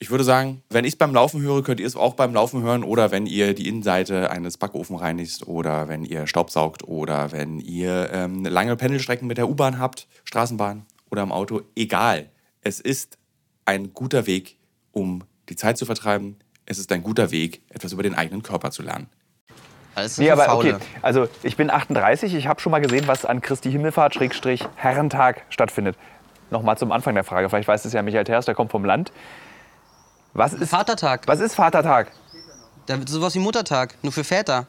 ich würde sagen, wenn ich es beim Laufen höre, könnt ihr es auch beim Laufen hören oder wenn ihr die Innenseite eines Backofen reinigt oder wenn ihr Staubsaugt oder wenn ihr ähm, lange Pendelstrecken mit der U-Bahn habt, Straßenbahn oder im Auto. Egal. Es ist ein guter Weg, um die Zeit zu vertreiben. Es ist ein guter Weg, etwas über den eigenen Körper zu lernen. Alles Nee, aber okay. Also ich bin 38, ich habe schon mal gesehen, was an Christi Himmelfahrt Schrägstrich Herrentag stattfindet. Nochmal zum Anfang der Frage, vielleicht weiß es ja Michael Terst, der kommt vom Land. Was ist, Vatertag. was ist Vatertag? Da wird sowas wie Muttertag, nur für Väter.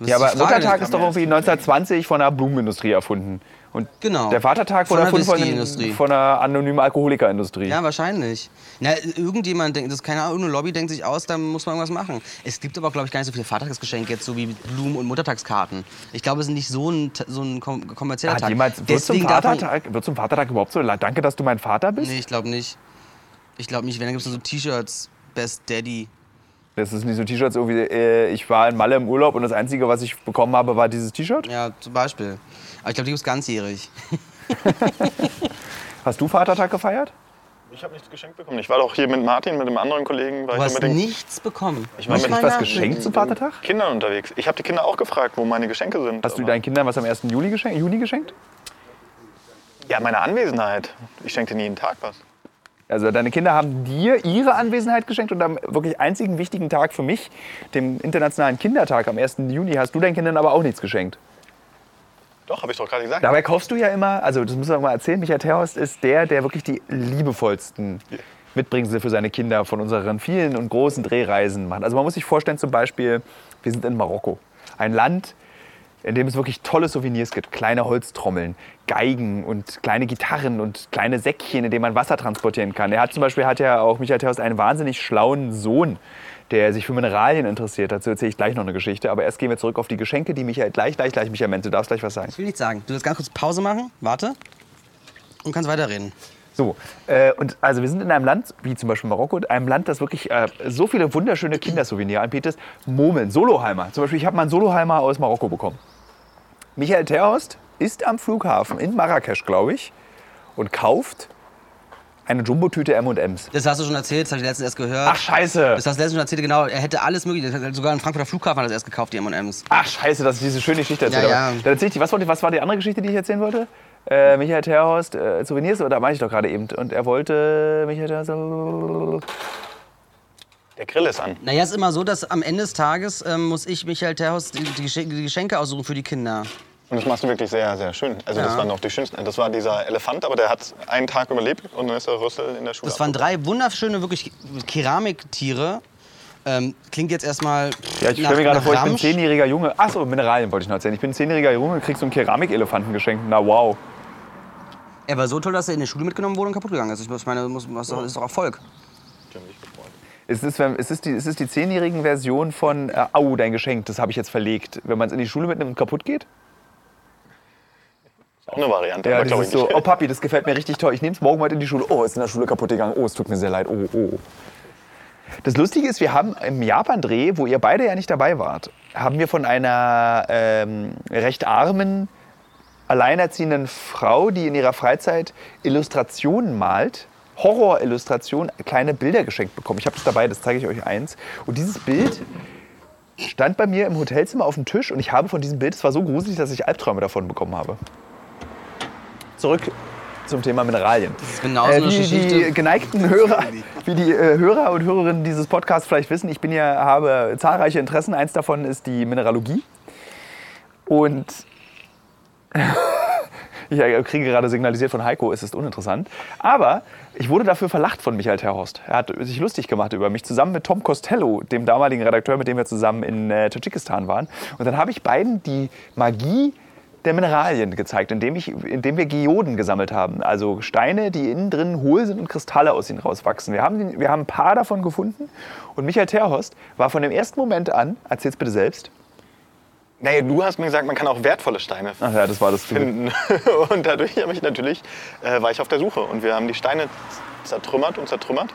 Das Ja, ist die aber Frage. Muttertag ist doch irgendwie 1920 von der Blumenindustrie erfunden. Und Genau. der Vatertag wurde Von der erfunden von, Whiskyindustrie. den- von einer anonymen Alkoholikerindustrie. Ja, wahrscheinlich. Na, irgendjemand denkt, das ist keine Ahnung, irgendeine Lobby denkt sich aus, dann muss man irgendwas machen. Es gibt aber, glaube ich, gar nicht so viele Vatertagsgeschenke jetzt, so wie Blumen und Muttertagskarten. Ich glaube, es ist nicht so ein, so ein kom kommerzieller Hat Tag. jemals, Ah, wird, zum darf man- Vatertag, wird zum Vatertag überhaupt so, la- danke, dass du mein Vater bist? Nee, ich glaube nicht. Ich glaube nicht. Wenn, dann gibt es so T-Shirts. Best Daddy. Das ist nicht so T-Shirts irgendwie, äh, ich war in Malle im Urlaub und das Einzige, was ich bekommen habe, war dieses T-Shirt. Ja, zum Beispiel. Aber ich glaube, die gibt es ganzjährig. Hast du Vatertag gefeiert? Ich habe nichts geschenkt bekommen. Ich war doch hier mit Martin, mit dem anderen Kollegen, war Du ich hast mit den nichts bekommen. Ich war mit mal was nach- geschenkt zum Vatertag? Kindern unterwegs. Ich habe die Kinder auch gefragt, wo meine Geschenke sind. Hast du aber- deinen Kindern was am 1. Juli geschenkt, Juni geschenkt? Ja, meine Anwesenheit. Ich schenke denen jeden Tag was. Also deine Kinder haben dir ihre Anwesenheit geschenkt und am wirklich einzigen wichtigen Tag für mich, dem Internationalen Kindertag am 1. Juni, hast du deinen Kindern aber auch nichts geschenkt. Doch, habe ich doch gerade gesagt. Dabei kaufst du ja immer, also das muss man mal erzählen, Michael Terhorst ist der, der wirklich die liebevollsten Mitbringsel für seine Kinder von unseren vielen und großen Drehreisen macht. Also man muss sich vorstellen zum Beispiel, wir sind in Marokko, ein Land, in dem es wirklich tolle Souvenirs gibt. Kleine Holztrommeln, Geigen und kleine Gitarren und kleine Säckchen, in denen man Wasser transportieren kann. Er hat zum Beispiel, hat ja auch Michael Terhorst einen wahnsinnig schlauen Sohn, der sich für Mineralien interessiert. Dazu erzähle ich gleich noch eine Geschichte. Aber erst gehen wir zurück auf die Geschenke, die Michael, gleich, gleich, gleich, Michael Menz, du darfst gleich was sagen. Ich will nichts sagen. Du willst ganz kurz Pause machen. Warte. Und kannst weiterreden. So, äh, und also wir sind in einem Land, wie zum Beispiel Marokko, in einem Land, das wirklich äh, so viele wunderschöne Kindersouvenirs anbietet. Murmeln, Soloheimer. Zum Beispiel, ich habe mal einen Soloheimer aus Marokko bekommen. Michael Terhorst ist am Flughafen in Marrakesch, glaube ich, und kauft Eine Jumbo-Tüte M&M's. Das hast du schon erzählt, das habe ich letztens erst gehört. Ach, scheiße. Das hast du letztens schon erzählt, genau. Er hätte alles mögliche. Sogar in Frankfurter Flughafen hat er es erst gekauft, die M&M's. Ach, scheiße, dass ich diese schöne Geschichte erzählt Ja, habe. ja. Dann erzähl ich die, was, wollte, was war die andere Geschichte, die ich erzählen wollte? Äh, Michael Terhorst, äh, Souvenirs, oder meine ich doch gerade eben. Und er wollte Michael Terhorst... Der Grill ist an. Naja, es ist immer so, dass am Ende des Tages ähm, muss ich Michael Terhorst die, die, Geschenke, die Geschenke aussuchen für die Kinder. Und das machst du wirklich sehr, sehr schön. Also das Ja. waren auch die schönsten. Das war dieser Elefant, aber der hat einen Tag überlebt und dann ist der Rüssel in der Schule. Das waren drei wunderschöne, wirklich Keramiktiere. Ähm, klingt jetzt erstmal. Ja, ich stelle mir gerade vor, ich bin zehnjähriger Junge. Achso, Mineralien wollte ich noch erzählen. Ich bin zehnjähriger Junge und krieg so einen Keramikelefanten geschenkt. Na wow. Er war so toll, dass er in die Schule mitgenommen wurde und kaputt gegangen ist. Ich meine, muss, das ist doch Erfolg. Es ist, wenn- es ist die, es ist die zehnjährigen Version von, äh, au, dein Geschenk, das habe ich jetzt verlegt. Wenn man es in die Schule mitnimmt und kaputt geht? Auch eine Variante, Ja, aber das glaube ist ich nicht. so, oh Papi, das gefällt mir richtig toll. Ich nehme es morgen mal in die Schule. Oh, ist in der Schule kaputt gegangen. Oh, es tut mir sehr leid. Oh, oh. Das Lustige ist, wir haben im Japan-Dreh, wo ihr beide ja nicht dabei wart, haben wir von einer ähm, recht armen, alleinerziehenden Frau, die in ihrer Freizeit Illustrationen malt, Horror-Illustrationen, kleine Bilder geschenkt bekommen. Ich habe es dabei, das zeige ich euch eins. Und dieses Bild stand bei mir im Hotelzimmer auf dem Tisch und ich habe von diesem Bild, es war so gruselig, dass ich Albträume davon bekommen habe. Zurück zum Thema Mineralien. Das ist genau so eine Äh, die, die Geschichte. geneigten Hörer, wie die äh, Hörer und Hörerinnen dieses Podcasts vielleicht wissen, ich bin ja, habe zahlreiche Interessen. Eins davon ist die Mineralogie. Und ich äh, kriege gerade signalisiert von Heiko, es ist uninteressant. Aber ich wurde dafür verlacht von Michael Terhorst. Er hat sich lustig gemacht über mich, zusammen mit Tom Costello, dem damaligen Redakteur, mit dem wir zusammen in äh, Tadschikistan waren. Und dann habe ich beiden die Magie der Mineralien gezeigt, indem, ich, indem wir Geoden gesammelt haben. Also Steine, die innen drin hohl sind und Kristalle aus ihnen rauswachsen. Wir haben, die- wir haben ein paar davon gefunden. Und Michael Terhorst war von dem ersten Moment an, erzähl's bitte selbst. Naja, du hast mir gesagt, man kann auch wertvolle Steine Ach ja, das war das. Bild. finden. Und dadurch habe ich natürlich, äh, war ich auf der Suche. Und wir haben die Steine zertrümmert und zertrümmert.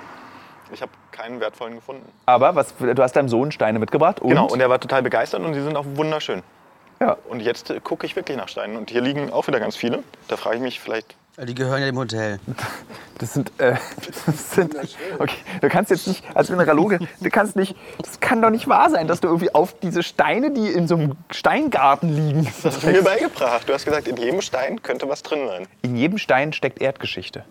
Ich habe keinen wertvollen gefunden. Aber was, du hast deinem Sohn Steine mitgebracht. Und? Genau, und er war total begeistert und die sind auch wunderschön. ja. Und jetzt äh, gucke ich wirklich nach Steinen. Und hier liegen auch wieder ganz viele. Da frage ich mich vielleicht, Die gehören ja dem Hotel. Das sind, äh, das sind, okay, du kannst jetzt nicht, als Mineraloge, du kannst nicht, das kann doch nicht wahr sein, dass du irgendwie auf diese Steine, die in so einem Steingarten liegen, das hast du mir beigebracht. Du hast gesagt, in jedem Stein könnte was drin sein. in jedem Stein steckt Erdgeschichte.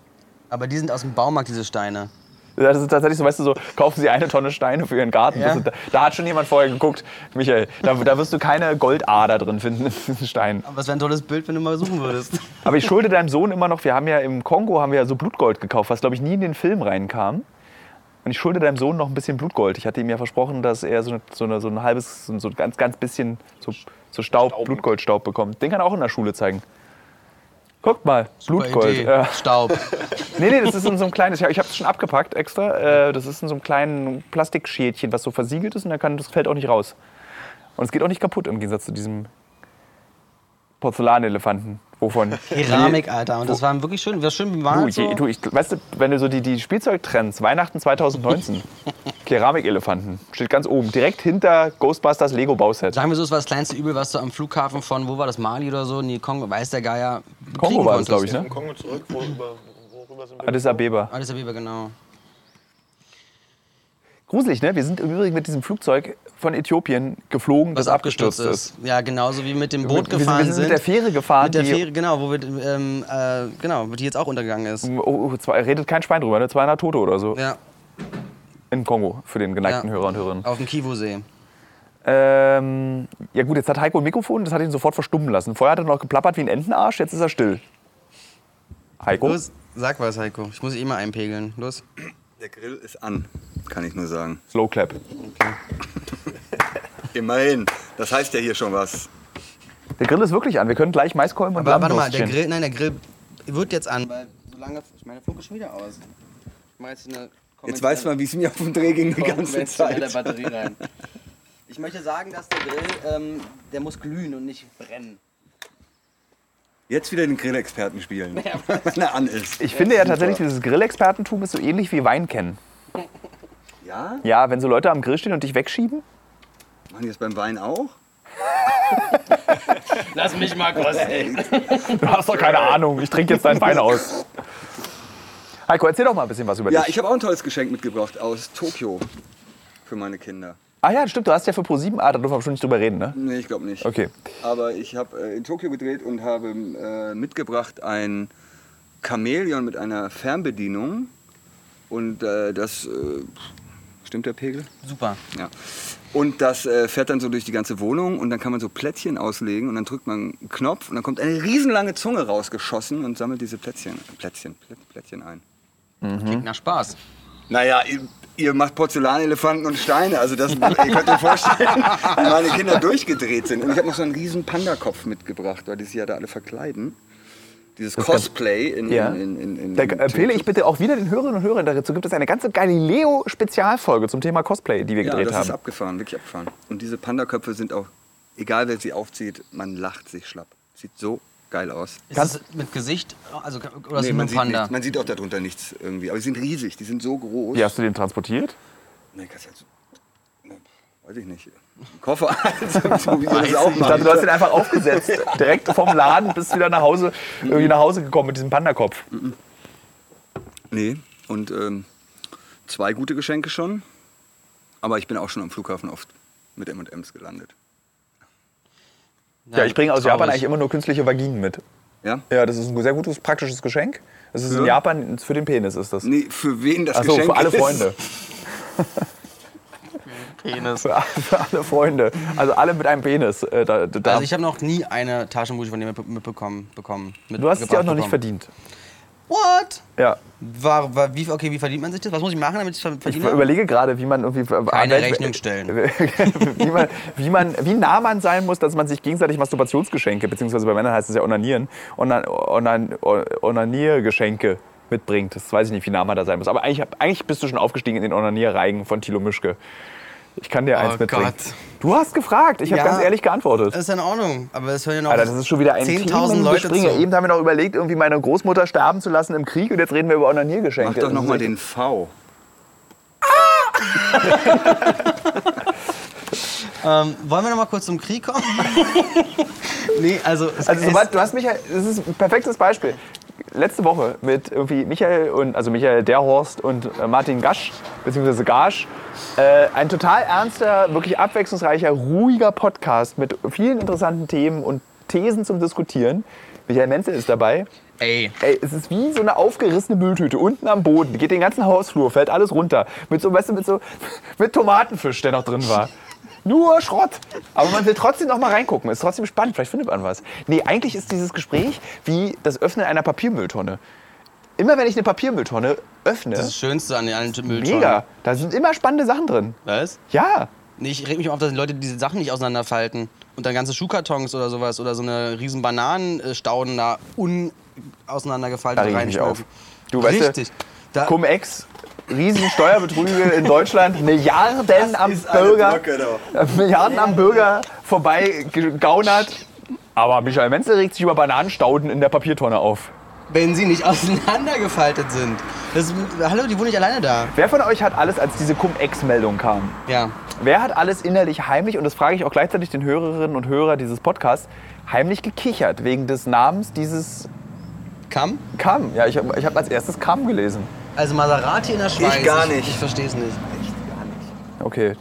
Aber die sind aus dem Baumarkt, diese Steine. Das ist tatsächlich so, weißt du, so, kaufen sie eine Tonne Steine für ihren Garten. Ja. Das ist, da, da hat schon jemand vorher geguckt, Michael, da, da wirst du keine Goldader drin finden in diesen Steinen. Aber es wäre ein tolles Bild, wenn du mal suchen würdest. Aber ich schulde deinem Sohn immer noch, wir haben ja im Kongo haben wir ja so Blutgold gekauft, was glaube ich nie in den Film reinkam. Und ich schulde deinem Sohn noch ein bisschen Blutgold. Ich hatte ihm ja versprochen, dass er so, eine, so, eine, so ein halbes, so ein- so ein ganz, ganz bisschen so, so Staub, Blutgoldstaub bekommt. Den kann er auch in der Schule zeigen. Guckt mal, Blutgold. Idee. Ja. Staub. Nee, nee, das ist in so einem kleinen, ich habe es schon abgepackt extra. Äh, Das ist in so einem kleinen Plastikschälchen, was so versiegelt ist und da kann, das fällt auch nicht raus. Und es geht auch nicht kaputt im Gegensatz zu diesem Porzellanelefanten, wovon Keramik, Alter. Und das war wirklich schön. War schön Du, bemalt. je, So. du, ich, weißt du, wenn du so die, die Spielzeugtrends, Weihnachten 2019, Keramikelefanten, steht ganz oben, direkt hinter Ghostbusters Lego Bauset. Sagen wir so, es war das kleinste Übel, was du am Flughafen von, wo war das, Mali oder so? Nee, Kongo, weiß der Geier. Kongo kriegen war das, konntest. glaube ich, ne? Kommen wir zurück, worüber, worüber sind wir? Addis Abeba. Addis Abeba, genau. Gruselig, ne? Wir sind im Übrigen mit diesem Flugzeug von Äthiopien geflogen, das abgestürzt ist. Ja, genauso wie mit dem Wir- Boot wir sind- gefahren wir sind mit der Fähre gefahren, Mit der die- Fähre, genau, wo wir, ähm, äh, genau, die jetzt auch untergegangen ist. Oh, oh, zwei, redet kein Schwein drüber, ne? 200 Tote oder so. Ja, Im Kongo, für den geneigten Ja. Hörer und Hörerinnen. auf dem Kivu-See. Ähm, ja gut, jetzt hat Heiko ein Mikrofon, das hat ihn sofort verstummen lassen. Vorher hat er noch geplappert wie ein Entenarsch, jetzt ist er still. Heiko? Los, sag was, Heiko. Ich muss eh mal einpegeln. Los. Der Grill ist an, kann ich nur sagen. Slow Clap. Immerhin, das heißt ja hier schon was. Der Grill ist wirklich an, wir können gleich Maiskolben und Aber warte mal, der Lammwürstchen. Grill, nein, der Grill wird jetzt an, weil so lange, ich meine, der Flug ist schon wieder aus. Ich mach jetzt eine Jetzt weiß man, wie es mir auf dem Dreh ging die ganze Der Zeit. Batterie rein. Ich möchte sagen, dass der Grill, ähm, der muss glühen und nicht brennen. Jetzt wieder den Grillexperten spielen, wenn er an ist. Ich finde ja tatsächlich, dieses Grillexpertentum ist so ähnlich wie Wein kennen. Ja? Ja, wenn so Leute am Grill stehen und dich wegschieben. Machen die das beim Wein auch? Lass mich mal kosten. Du hast doch keine Ahnung, ich trinke jetzt deinen Wein aus. Heiko, erzähl doch mal ein bisschen was über Ja, dich. ich habe auch ein tolles Geschenk mitgebracht aus Tokio für meine Kinder. Ah ja, stimmt, du hast ja für Pro7, ah, da dürfen wir bestimmt nicht drüber reden, ne? Nee, ich glaube nicht. Okay. Aber ich habe äh, in Tokio gedreht und habe äh, mitgebracht ein Chamäleon mit einer Fernbedienung. Und äh, das. Äh, stimmt der Pegel? Super. Ja. Und das äh, fährt dann so durch die ganze Wohnung und dann kann man so Plättchen auslegen und dann drückt man einen Knopf und dann kommt eine riesenlange Zunge rausgeschossen und sammelt diese Plätzchen, Plätzchen, Plät- Plättchen ein. Klingt nach Spaß. Naja, ihr, ihr macht Porzellanelefanten und Steine. Also das, ihr könnt euch vorstellen, wie meine Kinder durchgedreht sind. Und ich habe noch so einen riesen Pandakopf mitgebracht, weil die sich ja da alle verkleiden. Dieses Cosplay in, Ja. in, in, in, in da äh, empfehle ich bitte auch wieder den Hörerinnen und Hörern dazu. Gibt es eine ganze Galileo-Spezialfolge zum Thema Cosplay, die wir ja, gedreht das ist haben. abgefahren, wirklich abgefahren. Und diese Pandaköpfe sind auch, egal wer sie aufzieht, man lacht sich schlapp. Sieht so geil aus. Ist Kannst- es mit Gesicht? Also, oder Nee, ist man, es sieht nur ein Panda? nichts. man sieht auch darunter nichts irgendwie. Aber die sind riesig, die sind so groß. Wie hast du den transportiert? Nee, kannst halt so, ne, weiß ich nicht. Ein Koffer, also, so wie sie das auch Ich dachte, du hast machen. den einfach aufgesetzt. Direkt vom Laden bist wieder nach Hause, irgendwie nach Hause gekommen mit diesem Pandakopf. Nee, und ähm, zwei gute Geschenke schon. Aber ich bin auch schon am Flughafen oft mit M&M's gelandet. Ja, ich bringe aus Japan traurig. eigentlich immer nur künstliche Vaginen mit. Ja? Ja, das ist ein sehr gutes, praktisches Geschenk. Das ist in Für? Japan für den Penis ist das. Nee, für wen das Ach so, Geschenk für alle ist? Freunde. Penis. Für, für alle Freunde. Also alle mit einem Penis. Äh, da, da, Also ich habe noch nie eine Taschenmuschi von dir mitbe- mitbekommen. Bekommen, du hast es dir auch noch nicht mitgebracht verdient. bekommen. What? Ja. War, war, wie, okay, wie verdient man sich das? Was muss ich machen, damit ich es Ich verdiene? überlege gerade, wie man irgendwie. Genau. Keine welch- Rechnung stellen. wie, man, wie, man, wie nah man sein muss, dass man sich gegenseitig Masturbationsgeschenke, beziehungsweise bei Männern heißt es ja Onanieren, Onan, Onan, Onaniergeschenke mitbringt. Das weiß ich nicht, wie nah man da sein muss. Aber eigentlich, eigentlich bist du schon aufgestiegen in den Onanierreigen von Thilo Mischke. Ich kann dir eins mitbringen. Oh Gott. Du hast gefragt. Ich Ja. habe ganz ehrlich geantwortet. Das ist ja in Ordnung, aber es hören ja noch Alter, das ist schon wieder ein 10.000 Leute zu. Themengespringe. Eben haben wir noch überlegt, irgendwie meine Großmutter sterben zu lassen im Krieg und jetzt reden wir über Onaniergeschenke. Mach doch Das ist nochmal echt- den V. Ähm, wollen wir noch mal kurz zum Krieg kommen? nee, also... es- Also es- sobald, du hast Michael, das ist ein perfektes Beispiel. Letzte Woche mit irgendwie Michael und also Michael Derhorst und äh, Martin Gasch beziehungsweise Gasch äh, ein total ernster, wirklich abwechslungsreicher, ruhiger Podcast mit vielen interessanten Themen und Thesen zum Diskutieren. Michael Menzel ist dabei. Ey, Ey, es ist wie so eine aufgerissene Mülltüte unten am Boden. Die Geht den ganzen Hausflur, fällt alles runter. Mit so, weißt du, mit so mit Tomatenfisch, der noch drin war. Nur Schrott. Aber man will trotzdem noch mal reingucken. Ist trotzdem spannend. Vielleicht findet man was. Nee, eigentlich ist dieses Gespräch wie das Öffnen einer Papiermülltonne. Immer wenn ich eine Papiermülltonne öffne, das ist das Schönste an den alten Mülltonnen. mega. Da sind immer spannende Sachen drin. Was? Ja. Nee, ich reg mich auf, dass die Leute diese Sachen nicht auseinanderfalten und dann ganze Schuhkartons oder sowas oder so eine riesen Bananenstauden da Da unauseinandergefaltet reg ich mich auf. Du weißt, Richtig. Da, Cum-Ex, riesen Steuerbetrüge in Deutschland, Milliarden am ist eine genau. Bürger, Brücke, Milliarden am Bürger vorbei gegaunert. Aber Michael Menzel regt sich über Bananenstauden in der Papiertonne auf. wenn sie nicht auseinandergefaltet sind. Das, ist- hallo, die wohnen nicht alleine da. Wer von euch hat alles, als diese Cum-Ex-Meldung kam? Ja. Wer hat alles innerlich heimlich, und das frage ich auch gleichzeitig den Hörerinnen und Hörer dieses Podcasts, heimlich gekichert wegen des Namens dieses Kamm? Kamm? Ja, ich habe ich hab als erstes Kamm gelesen. Also Maserati in der Schweiz. gar Ich, nicht. ich verstehe es nicht. Okay.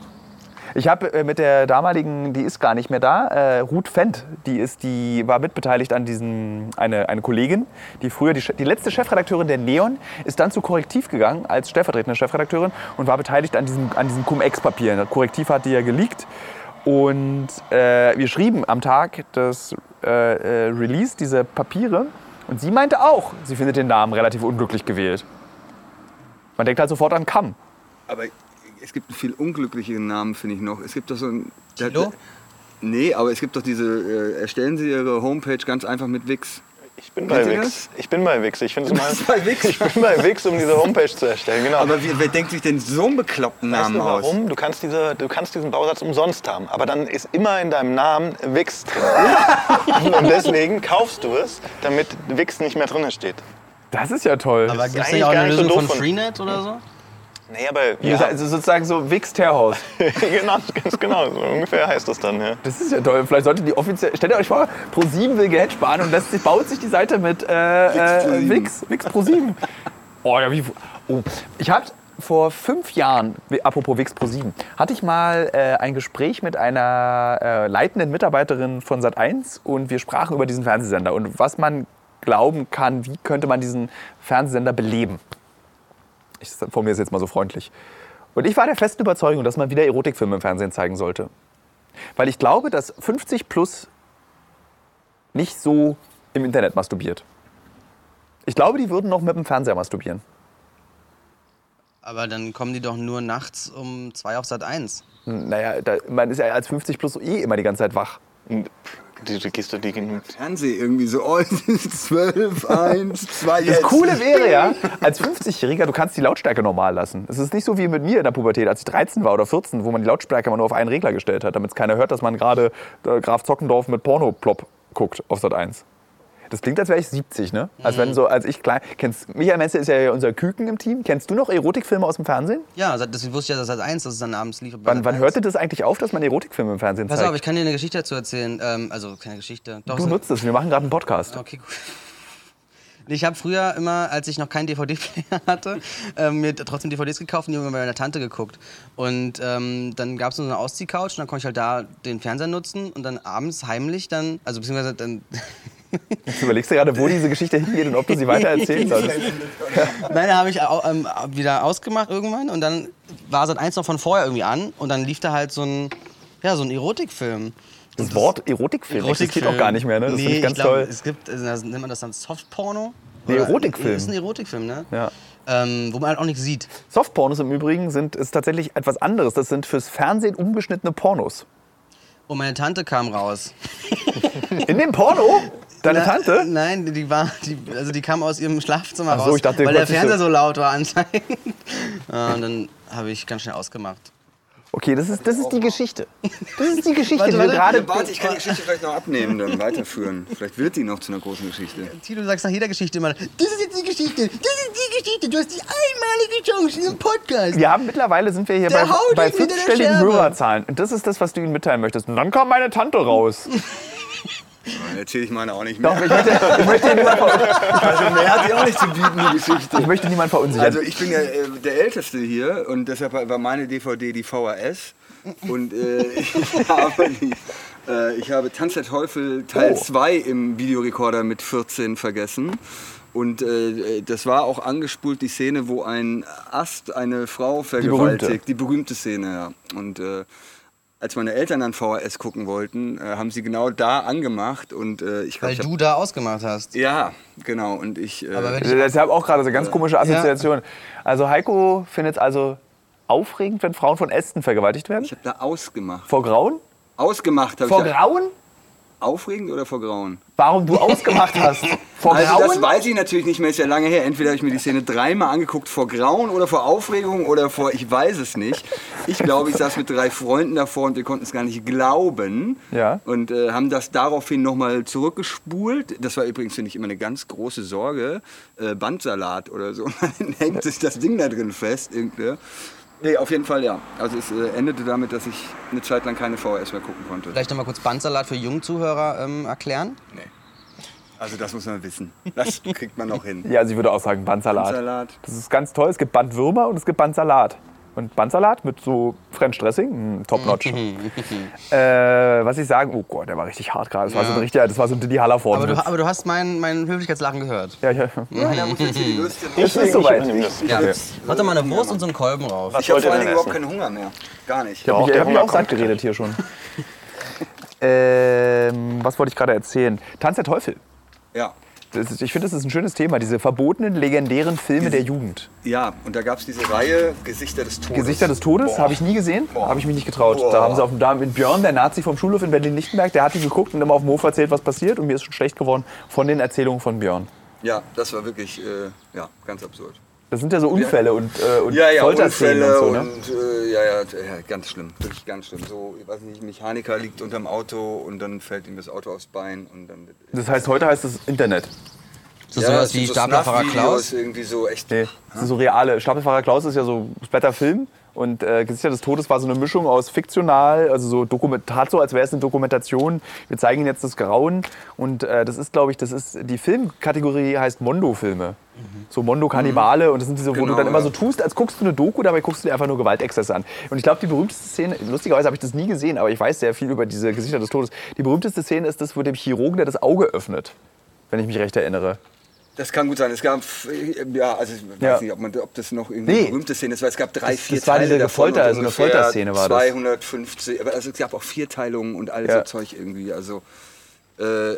Ich habe äh, mit der damaligen, die ist gar nicht mehr da, äh, Ruth Fendt, die, ist, die war mitbeteiligt an diesem, eine, eine Kollegin, die früher, die, Che- die letzte Chefredakteurin der Neon, ist dann zu Korrektiv gegangen als stellvertretende Chefredakteurin und war beteiligt an diesen, an diesen Cum-Ex-Papieren. Korrektiv hat die ja geleakt und äh, wir schrieben am Tag des äh, äh, Release diese Papiere und sie meinte auch, sie findet den Namen relativ unglücklich gewählt. Man denkt halt sofort an Kamm. Aber es gibt einen viel unglücklicheren Namen, finde ich noch. Es gibt doch so ein... Tilo? Nee, aber es gibt doch diese... Äh, erstellen Sie Ihre Homepage ganz einfach mit Wix. Ich bin Kennt bei ihr Wix. Ich bin bei Wix. Ich finde bist es bei Wix? Ich bin bei Wix, um diese Homepage zu erstellen. Genau. Aber wie, wer denkt sich denn so einen bekloppten Weißt Namen du aus? warum? Du kannst, diese, du kannst diesen Bausatz umsonst haben, aber dann ist immer in deinem Namen Wix drin. Und deswegen kaufst du es, damit Wix nicht mehr drin steht. Das ist ja toll. Aber gibt es eigentlich nicht auch gar eine nicht so Lösung doof von von- Freenet oder so? Nee, aber Ja. Also sozusagen so Wix Terhaus. genau, ganz genau. So ungefähr heißt das dann. Ja. Das ist ja toll. Vielleicht sollte die offiziell. Stellt euch vor, Pro7 will Geld sparen und lässt sich, baut sich die Seite mit äh, äh, Wix, Wix Pro7. Oh, ja, wie, oh. Ich hatte vor fünf Jahren, wie- apropos Wix Pro 7, hatte ich mal äh, ein Gespräch mit einer äh, leitenden Mitarbeiterin von Sat1 und wir sprachen über diesen Fernsehsender und was man glauben kann, wie könnte man diesen Fernsehsender beleben. Ich formuliere es jetzt mal so freundlich. Und ich war der festen Überzeugung, dass man wieder Erotikfilme im Fernsehen zeigen sollte. Weil ich glaube, dass 50 plus nicht so im Internet masturbiert. Ich glaube, die würden noch mit dem Fernseher masturbieren. Aber dann kommen die doch nur nachts um zwei auf Sat 1. Naja, da, man ist ja als 50 plus eh immer die ganze Zeit wach. Und Diese Geste, die genügt. Fernseh irgendwie so, oh, 12, 1, 2, jetzt. Das Coole wäre ja, als 50-Jähriger, du kannst die Lautstärke normal lassen. Es ist nicht so wie mit mir in der Pubertät, als ich 13 war oder 14, wo man die Lautstärke immer nur auf einen Regler gestellt hat, damit es keiner hört, dass man gerade äh, Graf Zockendorf mit Pornoplop guckt auf Sat 1. Das klingt, als wäre ich 70, ne? Als Mhm. wenn so, als ich klein. Kennst, Michael Menzel ist ja unser Küken im Team. Kennst du noch Erotikfilme aus dem Fernsehen? Ja, Sat- deswegen wusste ich ja, dass Sat 1, dass es dann abends lief. Wann, wann hörte das eigentlich auf, dass man Erotikfilme im Fernsehen Pass zeigt? auf, ich kann dir eine Geschichte dazu erzählen. Ähm, also keine Geschichte. Doch, du so- nutzt es, wir machen gerade einen Podcast. Okay, gut. Nee, Ich habe früher immer, als ich noch keinen DVD-Player hatte, ähm, mir trotzdem DVDs gekauft und die immer bei meiner Tante geguckt. Und ähm, dann gab es so eine Ausziehcouch und dann konnte ich halt da den Fernseher nutzen und dann abends heimlich dann, also beziehungsweise dann Jetzt überlegst du gerade, wo diese Geschichte hingeht und ob du sie weiter erzählen solltest. Nein, da habe ich au- ähm, wieder ausgemacht irgendwann und dann war seit eins noch von vorher irgendwie an und dann lief da halt so ein, ja, so ein Erotikfilm. Das Wort Erotikfilm existiert auch gar nicht mehr, ne? Das nee, finde ich ganz ich glaub, toll. Es gibt, also, das nennt man das dann Softporno? Nee, Oder- Erotikfilm. Ist ein Erotikfilm, ne? Ja. Ähm, wo man halt auch nichts sieht. Softpornos im Übrigen sind ist tatsächlich etwas anderes. Das sind fürs Fernsehen umgeschnittene Pornos. Und Oh, meine Tante kam raus. In dem Porno? Deine Na, äh, Tante? Nein, die war, die, also die kam aus ihrem Schlafzimmer Ach so, raus, ich dachte, weil der Gott, siehst du. Fernseher so laut war anscheinend. Ja, und dann habe ich ganz schnell ausgemacht. Okay, das ist, das ist die Geschichte. Das ist die Geschichte, Warte, die wir warte. gerade. Ja, warte, ich kann die Geschichte vielleicht noch abnehmen, dann weiterführen. Vielleicht wird die noch zu einer großen Geschichte. Tilo, du sagst nach jeder Geschichte immer, das ist jetzt die Geschichte, das ist die Geschichte, du hast die einmalige Chance in diesem Podcast. Wir haben mittlerweile sind wir hier Der bei, haut bei ihn wieder in der fünfstelligen Scherbe. Hörerzahlen. Und das ist das, was du ihnen mitteilen möchtest. Und dann kam meine Tante raus. Dann erzähle ich meine auch nicht Doch, mehr. ich möchte, ich möchte, ihnen niemand ver- Also mehr hat die auch nicht zu bieten, die ich Geschichte. möchte niemand verunsichern. Also ich bin ja äh, der Älteste hier und deshalb war meine DVD die VHS. Und äh, ich, habe die, äh, ich habe Tanz der Teufel Teil 2 im Videorekorder mit 14 vergessen. Und äh, das war auch angespult die Szene, wo ein Ast eine Frau vergewaltigt. Die berühmte, Szene, ja. Und äh, als meine Eltern dann VHS gucken wollten, äh, haben sie genau da angemacht. Und äh, ich glaube, Weil ich du da ausgemacht hast. ja, genau. Und ich. Äh, Aber wenn ich, Das habe auch gerade so eine ganz komische Assoziation. Also Heiko findet es also aufregend, wenn Frauen von Ästen vergewaltigt werden? ich habe da ausgemacht. Vor Grauen? Ausgemacht habe ich. Vor da- Grauen? Aufregend oder vor Grauen? Warum du ausgemacht hast? Vor Also das Grauen? weiß ich natürlich nicht mehr, ist ja lange her. Entweder habe ich mir die Szene dreimal angeguckt vor Grauen oder vor Aufregung oder vor, ich weiß es nicht. Ich glaube, ich saß mit drei Freunden davor und wir konnten es gar nicht glauben. Ja. Und äh, haben das daraufhin nochmal zurückgespult. Das war übrigens, finde ich, immer eine ganz große Sorge. Äh, Bandsalat oder so. Dann hängt sich das Ding da drin fest. Irgendwie. Nee, auf jeden Fall ja. Also es äh, endete damit, dass ich eine Zeit lang keine VHS mehr gucken konnte. vielleicht nochmal kurz Bandsalat für junge Zuhörer ähm, erklären. Also das muss man wissen. Das kriegt man noch hin. Ja, also ich würde auch sagen Bandsalat. Bandsalat. Das ist ganz toll. Es gibt Bandwürmer und es gibt Bandsalat. Und Bandsalat mit so French Dressing, mm, top notch. Mhm. äh, was ich sagen, oh Gott, der war richtig hart gerade. Das war so ein richtiger, das war so ein Diddy Haller Aber Form. du, aber du hast mein, mein Höflichkeitslachen gehört. Ja, ja. Ja, da muss jetzt hier die Würste Es ist soweit. Ich Ja. Warte mal eine Wurst und so einen Kolben rauf. Was Ich habe wollt vor ihr allen denn Dingen überhaupt essen? keinen Hunger mehr. Gar nicht. habe mich, der ich hab mich Hunger auch satt geredet hier schon. ähm, was wollte ich gerade erzählen? Tanz der Teufel. Ja. Das ist, ich finde, das ist ein schönes Thema, diese verbotenen, legendären Filme der Jugend. Ja, und da gab es diese Reihe Gesichter des Todes. Gesichter des Todes habe ich nie gesehen, habe ich mich nicht getraut. Da haben sie auf dem da mit Björn, der Nazi vom Schulhof in Berlin-Lichtenberg, der hat die geguckt und immer auf dem Hof erzählt, was passiert. Und mir ist schon schlecht geworden von den Erzählungen von Björn. Ja, das war wirklich äh, ja, ganz absurd. Das sind ja so Unfälle und, äh, und Ja, ja, Folterszenen Unfälle und so. Ne? und äh, ja, ja, t- ja, ganz schlimm, wirklich ganz schlimm. So, ich weiß nicht, Mechaniker liegt unterm Auto und dann fällt ihm das Auto aufs Bein und dann wird Das heißt, heute heißt es Internet. So ja, sowas das sind wie so Staplerfahrer Snuff-Videos, Klaus. irgendwie so echt. Nee, das ist so reale. Stapelfahrer Klaus ist ja so später Film. Und äh, Gesichter des Todes war so eine Mischung aus fiktional, also so Dokument, tat so, als wäre es eine Dokumentation. Wir zeigen Ihnen jetzt das Grauen. Und äh, das ist, glaube ich, das ist die Filmkategorie heißt Mondo-Filme. So Mondo-Kannibale und das sind diese, wo Mhm. Genau, du dann immer ja. so tust, als guckst du eine Doku, dabei guckst du dir einfach nur Gewaltexzesse an. Und ich glaube, die berühmteste Szene, lustigerweise habe ich das nie gesehen, aber ich weiß sehr viel über diese Gesichter des Todes. Die berühmteste Szene ist das, wo dem Chirurgen, der das Auge öffnet, wenn ich mich recht erinnere. Das kann gut sein. Es gab, äh, ja, also ich weiß Ja. nicht, ob, man, ob das noch irgendwie Nee. berühmte Szene ist, weil es gab drei, Das- vier das war Teile diese davon Folter- und also eine ungefähr Folterszene war das. 250, aber also es gab auch Vierteilungen und all Ja. so Zeug irgendwie. Also, äh,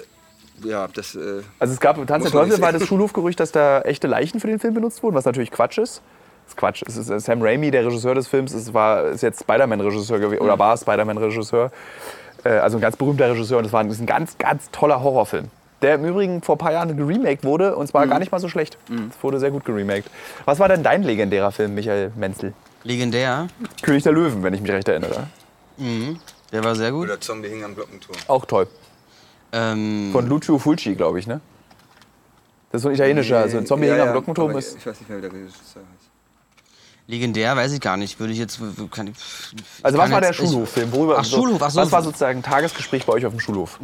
ja, das, äh, Also es gab Tanz der Muss man Teufel nicht war sehen. das Schulhofgerücht, dass da echte Leichen für den Film benutzt wurden, was natürlich Quatsch ist. Das ist Quatsch. Es ist äh, Sam Raimi, der Regisseur des Films, ist, war, ist jetzt Spider-Man-Regisseur gewesen Mhm. oder war Spider-Man-Regisseur. Äh, Also ein ganz berühmter Regisseur und es war ein, ist ein ganz, ganz toller Horrorfilm. Der im Übrigen vor ein paar Jahren geremaked wurde und Mhm. zwar gar nicht mal so schlecht. Es wurde sehr gut geremaked. Was war denn dein legendärer Film, Michael Menzel? Legendär. Mhm. König der Löwen, wenn ich mich recht erinnere. Der war sehr gut. oder Zombie hing am Glockenturm. Auch toll. Ähm, Von Lucio Fulci, glaube ich, ne? Das ist so ein italienischer, also ein Zombie Ja, hing ja, am Glockenturm aber ist. Ich weiß nicht mehr, wie der Regisseur heißt. legendär weiß ich gar nicht. Würde ich jetzt. Kann ich, Also ich was kann war der jetzt- ich- Schulhoffilm? Worüber Ach, Schulhof, ach so. Mhm. Was war sozusagen ein Tagesgespräch bei euch auf dem Schulhof?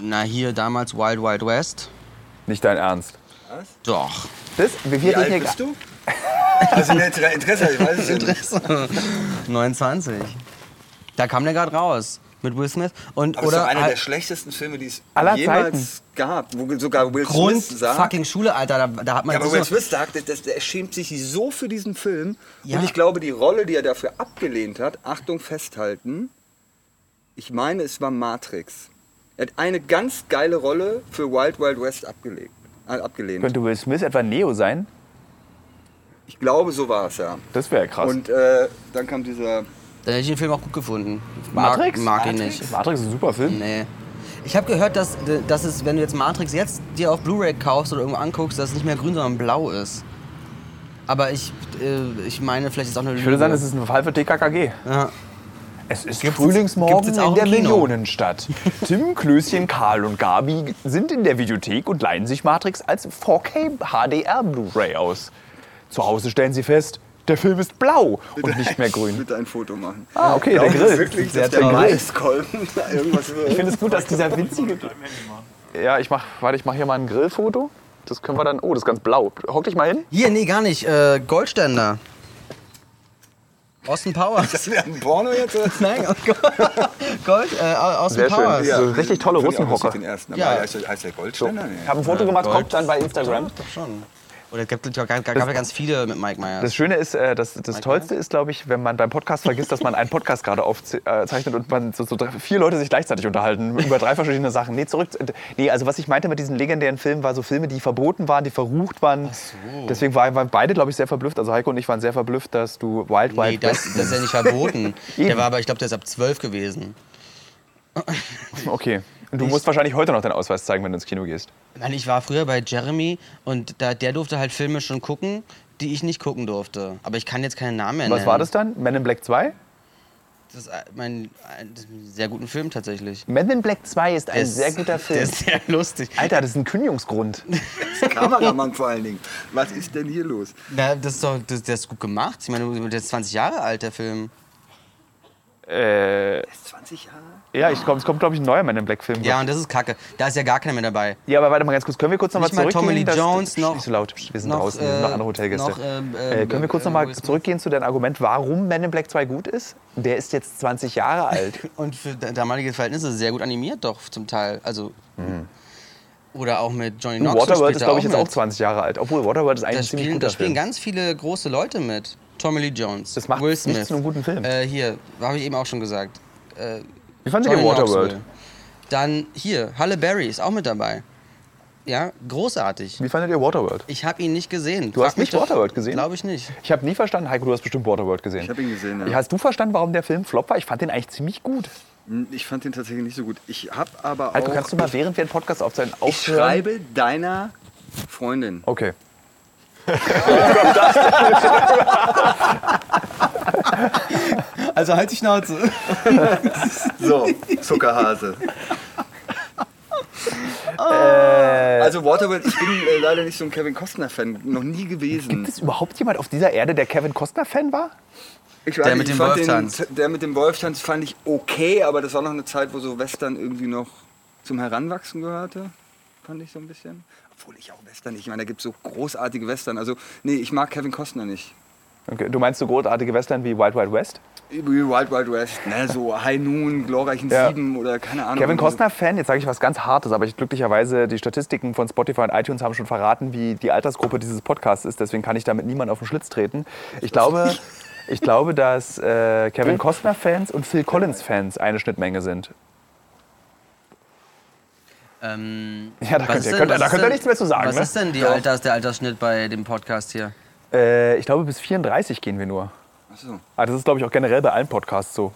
Na, hier damals Wild Wild West. Nicht dein Ernst. Doch. Das, wir Wie reden hier alt gra- bist du? Also ne, Interesse, ich weiß es ja nicht. 29. Da kam der gerade raus. Mit Will Smith. Und, Aber es ist oder doch einer halt der schlechtesten Filme, die es Aller jemals gab, wo sogar Will Grund Smith sagt. fucking Schule, Alter. Da, da hat man Ja, aber so- Will Smith sagt, dass, er schämt sich so für diesen Film. Ja. Und ich glaube, die Rolle, die er dafür abgelehnt hat, Achtung, festhalten, ich meine, es war Matrix. Er hat eine ganz geile Rolle für Wild Wild West abgelegt, äh, abgelehnt. Könnte Will Smith etwa Neo sein? Ich glaube, so war es, ja. Das wäre krass. Und äh, dann kam dieser... Dann hätte ich den Film auch gut gefunden. Mag, Matrix? mag ihn Matrix? nicht. Matrix ist ein super Film. Nee. Ich habe gehört, dass, dass es, wenn du jetzt Matrix jetzt dir auf Blu-ray kaufst oder irgendwo anguckst, dass es nicht mehr grün, sondern blau ist. Aber ich, äh, ich meine, vielleicht ist auch eine Lüge. Ich würde sagen, es ist ein Fall für TKKG. ja. Es ist Gibt's- gibt's Frühlingsmorgen jetzt auch in der im Kino? Millionenstadt. Tim, Klößchen, Karl und Gabi sind in der Videothek und leihen sich Matrix als 4K HDR Blu-ray aus. Zu Hause stellen sie fest, der Film ist blau und nicht mehr Ich grün. will da ein Foto machen. Ah, okay, der Glauben Sie Grill. Wirklich, Der hat dass der den Grill. Maiskolben da irgendwas wird? Ich finde es gut, dass dieser winzige. Ja, ich mach, warte, ich mache hier mal ein Grillfoto. Das können wir dann. Oh, das ist ganz blau. Hock dich mal hin. Hier, nee, gar nicht. Äh, Goldständer. Austin Powers. Das wäre ein Porno jetzt? oder? Nein, oh Gott. Gold, äh, Austin Sehr schön. Powers. Ja. So Also richtig tolle Finde ich auch Russenhocker. lustig, Den ersten, aber Ja. ja. heißt, der- heißt der Goldständer? Nee. Ich habe ein Foto gemacht, kommt dann bei Instagram. Doch schon. Oder es gab, gab, gab, gab ja ganz viele mit Mike Myers. Das Schöne ist, äh, das, das Tollste ist, glaube ich, wenn man beim Podcast vergisst, dass man einen Podcast gerade aufzeichnet und man so, so drei, vier Leute sich gleichzeitig unterhalten über drei verschiedene Sachen. Nee, zurück. zu- Nee, also was ich meinte mit diesen legendären Filmen, war so Filme, die verboten waren, die verrucht waren. Deswegen war- waren beide, glaube ich, sehr verblüfft. Also Heiko und ich waren sehr verblüfft, dass du Wild Wild nee, das, West- das ist ja nicht verboten. der Eben. war aber, ich glaube, der ist ab 12 gewesen. Okay. Und du musst wahrscheinlich heute noch deinen Ausweis zeigen, wenn du ins Kino gehst. Mann, ich war früher bei Jeremy und da, der durfte halt Filme schon gucken, die ich nicht gucken durfte. Aber ich kann jetzt keinen Namen mehr Was nennen. war das dann? Men in Black 2? Das ist ein- mein, ein, das ist ein sehr guter Film tatsächlich. Men in Black 2 ist ein Der ist- sehr guter Film. Der ist sehr lustig. Alter, das ist ein Kündigungsgrund. Kameramann vor allen Dingen. Was ist denn hier los? Na, das ist doch das, das ist gut gemacht. Ich meine, der ist 20 Jahre alt, der Film. äh, Er ist 20 Jahre? ja, ich glaub, es kommt, glaube ich, ein neuer Men in Black Film. Ja, und das ist kacke. Da ist ja gar keiner mehr dabei. Ja, aber warte mal ganz kurz. Können wir kurz nochmal Nicht mal zurückgehen? Tommy Lee dass- Jones, Psst, noch- Nicht so laut. Wir sind noch, draußen. Wir sind äh, noch andere Hotelgäste. noch, ähm, ähm, äh, können wir kurz ähm, nochmal Will Smith. zurückgehen zu deinem Argument, warum Men in Black 2 gut ist? Der ist jetzt 20 Jahre alt. Und für da- damalige Verhältnisse sehr gut animiert doch zum Teil. Also oder auch mit Johnny Knoxville. Mhm. Waterworld spielt ist, er glaube ich, jetzt auch mit. 20 Jahre alt. Obwohl, Waterworld ist eigentlich Da ein ziemlich spielen, guter da spielen Film. ganz viele große Leute mit. Tommy Lee Jones. Das macht Will nichts Smith. zu einem guten Film. Äh, hier, habe ich eben auch schon gesagt. Äh, Wie fandet ihr Johnny Waterworld? Knoxville. Dann hier, Halle Berry ist auch mit dabei. Ja, großartig. Wie fandet ihr Waterworld? Ich habe ihn nicht gesehen. Du hast nicht Waterworld gesehen? Glaube ich nicht. Ich habe nie verstanden, Heiko, du hast bestimmt Waterworld gesehen. Ich hab ihn gesehen, ja. Hast du verstanden, warum der Film Flop war? Ich fand den eigentlich ziemlich gut. Hm, Ich fand den tatsächlich nicht so gut. Ich habe aber auch. Heiko, kannst du mal, während wir einen Podcast aufzeichnen, ich aufhören? schreibe deiner Freundin. Okay. Also halt die Schnauze. So, Zuckerhase. Äh. Also Waterworld, ich bin äh, leider nicht so ein Kevin Costner-Fan, noch nie gewesen. Gibt es überhaupt jemand auf dieser Erde, der Kevin Costner-Fan war? Ich weiß Der nicht, mit ich dem fand Wolftanz. Den, der mit dem Wolftanz fand ich okay, aber das war noch eine Zeit, wo so Western irgendwie noch zum Heranwachsen gehörte. Fand ich so ein bisschen. Obwohl ich auch Western nicht. Ich meine, da gibt es so großartige Western. Also, nee, ich mag Kevin Costner nicht. Okay. Du meinst so großartige Western wie Wild Wild West? Wie Wild Wild West, ne? so High Noon, glorreichen Ja. Sieben oder keine Ahnung. Kevin Costner-Fan, jetzt sage ich was ganz Hartes, aber ich glücklicherweise, die Statistiken von Spotify und iTunes haben schon verraten, wie die Altersgruppe dieses Podcasts ist, deswegen kann ich damit niemand auf den Schlitz treten. Ich glaube, ich glaube dass äh, Kevin Costner-Fans und Phil Collins-Fans eine Schnittmenge sind. Ähm, Ja, da was könnt ist ihr- denn- könnt ihr- was da ist könnt ihr denn- nichts mehr zu sagen, Was ne? ist denn die Alters, der Altersschnitt bei dem Podcast hier? Äh, ich glaube, bis 34 gehen wir nur. Achso. Ah, das ist, glaube ich, auch generell bei allen Podcasts so.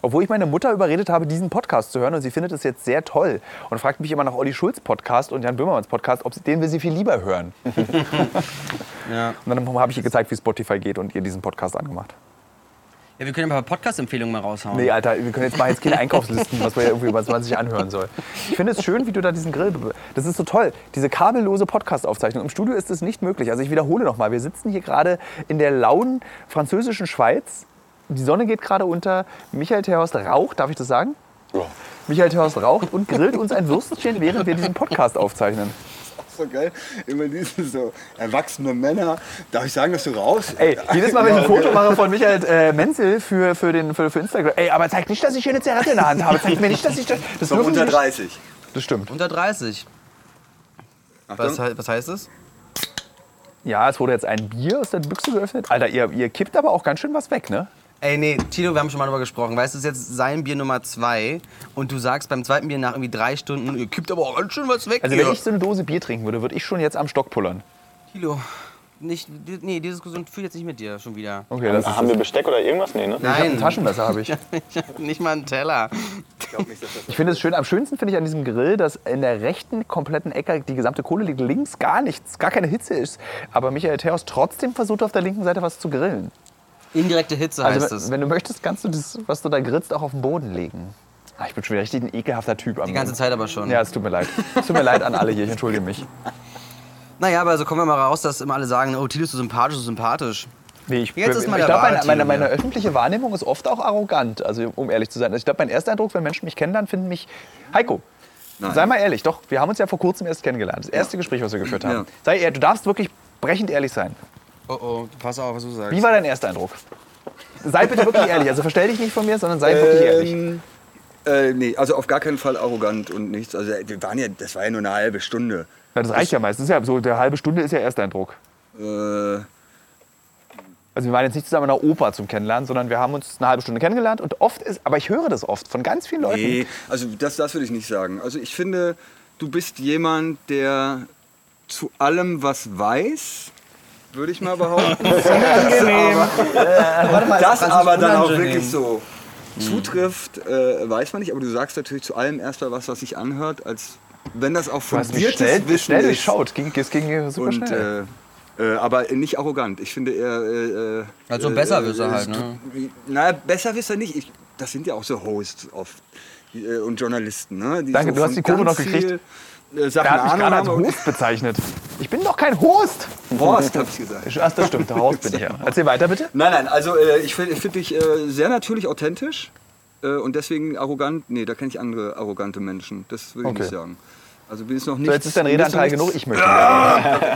Obwohl ich meine Mutter überredet habe, diesen Podcast zu hören und sie findet es jetzt sehr toll und fragt mich immer nach Olli Schulz Podcast und Jan Böhmermanns Podcast, ob sie, den will sie viel lieber hören. Ja. Und dann habe ich ihr gezeigt, wie Spotify geht und ihr diesen Podcast angemacht. Ja, wir können ein paar Podcast-Empfehlungen mal raushauen. Nee, Alter, wir können jetzt mal jetzt keine Einkaufslisten, was man ja irgendwie über 20 anhören soll. Ich finde es schön, wie du da diesen Grill. be- Das ist so toll. Diese kabellose Podcast-Aufzeichnung. Im Studio ist es nicht möglich. Also ich wiederhole nochmal, wir sitzen hier gerade in der lauen französischen Schweiz. Die Sonne geht gerade unter. Michael Terhorst raucht, darf ich das sagen? Michael Terhorst raucht und grillt uns ein Würstchen, während wir diesen Podcast aufzeichnen. So geil. Immer diese so erwachsene Männer. Darf ich sagen, dass du raus? Ey, jedes Mal, wenn ich ein Foto mache von Michael äh, Menzel für, für, den, für, für Instagram, ey, aber zeig nicht, dass ich hier eine Zigarette in der Hand habe. Zeig mir nicht, dass ich das. Das, Noch dürfen Sie unter nicht. 30. das stimmt. Unter 30. Was, hei- was heißt das? Ja, es wurde jetzt ein Bier aus der Büchse geöffnet. Alter, ihr, ihr kippt aber auch ganz schön was weg, ne? Ey, nee, Tilo, wir haben schon mal drüber gesprochen. Weißt du, es ist jetzt sein Bier Nummer 2 und du sagst beim zweiten Bier nach irgendwie drei Stunden, ihr kippt aber auch ganz schön was weg. Also hier. wenn ich so eine Dose Bier trinken würde, würde ich schon jetzt am Stock pullern. Tilo, nicht, die- nee, die Diskussion fühlt jetzt nicht mit dir schon wieder. Okay, das Haben wir Besteck oder irgendwas? Nee, ne? ich hab ein Nein, Taschenmesser habe ich. nicht mal einen Teller. Ich finde es schön, am schönsten finde ich an diesem Grill, dass in der rechten kompletten Ecke die gesamte Kohle liegt, links gar nichts, gar keine Hitze ist. Aber Michael Theos trotzdem versucht auf der linken Seite was zu grillen. Indirekte Hitze heißt Also es. wenn, wenn du möchtest, kannst du das, was du da grillst, auch auf den Boden legen. Ah, ich bin schon wieder richtig ein ekelhafter Typ. Die ganze Zeit aber schon. Ja, es tut mir leid. Es tut mir leid an alle hier, ich entschuldige mich. Naja, aber so kommen wir mal raus, dass immer alle sagen, oh, Tilo ist so sympathisch, so sympathisch. Nee, ich Jetzt ist mal ich der glaube, meine, wahre Tilo meine, meine hier. öffentliche Wahrnehmung ist oft auch arrogant, also um ehrlich zu sein. Also ich glaube, mein erster Eindruck, wenn Menschen mich kennenlernen, finden mich. Heiko, sei mal ehrlich, doch, wir haben uns ja vor kurzem erst kennengelernt. Das erste Gespräch, was wir geführt haben. Ja. Sei ehrlich, du darfst wirklich brechend ehrlich sein. Oh oh, pass auf, was du sagst. Wie war dein erster Eindruck? Sei bitte wirklich ehrlich. Also verstell dich nicht von mir, sondern sei wirklich ehrlich. Ähm, äh, nee, also auf gar keinen Fall arrogant und nichts. Also äh, wir waren ja, das war ja nur eine halbe Stunde. Na, das reicht ja meistens. Ja, so eine halbe Stunde ist ja Ersteindruck. Äh, Also wir waren jetzt nicht zusammen in einer Oper zum Kennenlernen, sondern wir haben uns eine halbe Stunde kennengelernt und oft ist, aber ich höre das oft von ganz vielen Leuten. nee, also das, das würde ich nicht sagen. Also ich finde, du bist jemand, der zu allem was weiß, würde ich mal behaupten. das Französisch aber dann auch unangenehm. wirklich so Mhm. zutrifft, äh, weiß man nicht. Aber du sagst natürlich zu allem erstmal was, was sich anhört, als wenn das auch Du hast fundiertes mich schnell, Wissen schnell ist. durchschaut. Ging, es ging super Und, schnell. äh, äh, aber nicht arrogant. Ich finde eher. Äh, äh, Also ein äh, Besserwisser äh, halt, du- ne? Naja, Besserwisser nicht. Ich, das sind ja auch so Hosts oft. äh, Und Journalisten, ne? Die Danke, so du hast von die Kurve ganz noch gekriegt. viel, äh, Sachen Er hat mich Ahnung gerade als haben. und- Host bezeichnet. Ich bin doch kein Host. Horst, hab ich gesagt. Ach, das stimmt, der Host bin ich ja. Erzähl weiter bitte. Nein, nein, also äh, ich finde find dich äh, sehr natürlich authentisch äh, und deswegen arrogant. Nee, da kenne ich andere arrogante Menschen. Das würde ich Okay. nicht sagen. Also bin jetzt noch nicht. So, jetzt ist dein Redeanteil genug. Ich möchte.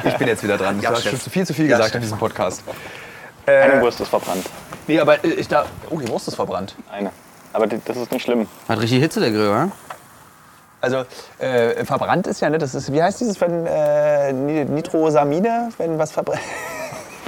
Ich bin jetzt wieder dran. Du hast schon viel zu viel gesagt in diesem Podcast. Eine Wurst ist verbrannt. Nee, aber ich da. Oh, die Wurst ist verbrannt. Eine. Aber die, das ist nicht schlimm. Hat richtig Hitze, der Grill, oder? Also äh, verbrannt ist ja, ne? Das ist, wie heißt dieses, wenn äh, Ni- Nitrosamine, wenn was verbrennt?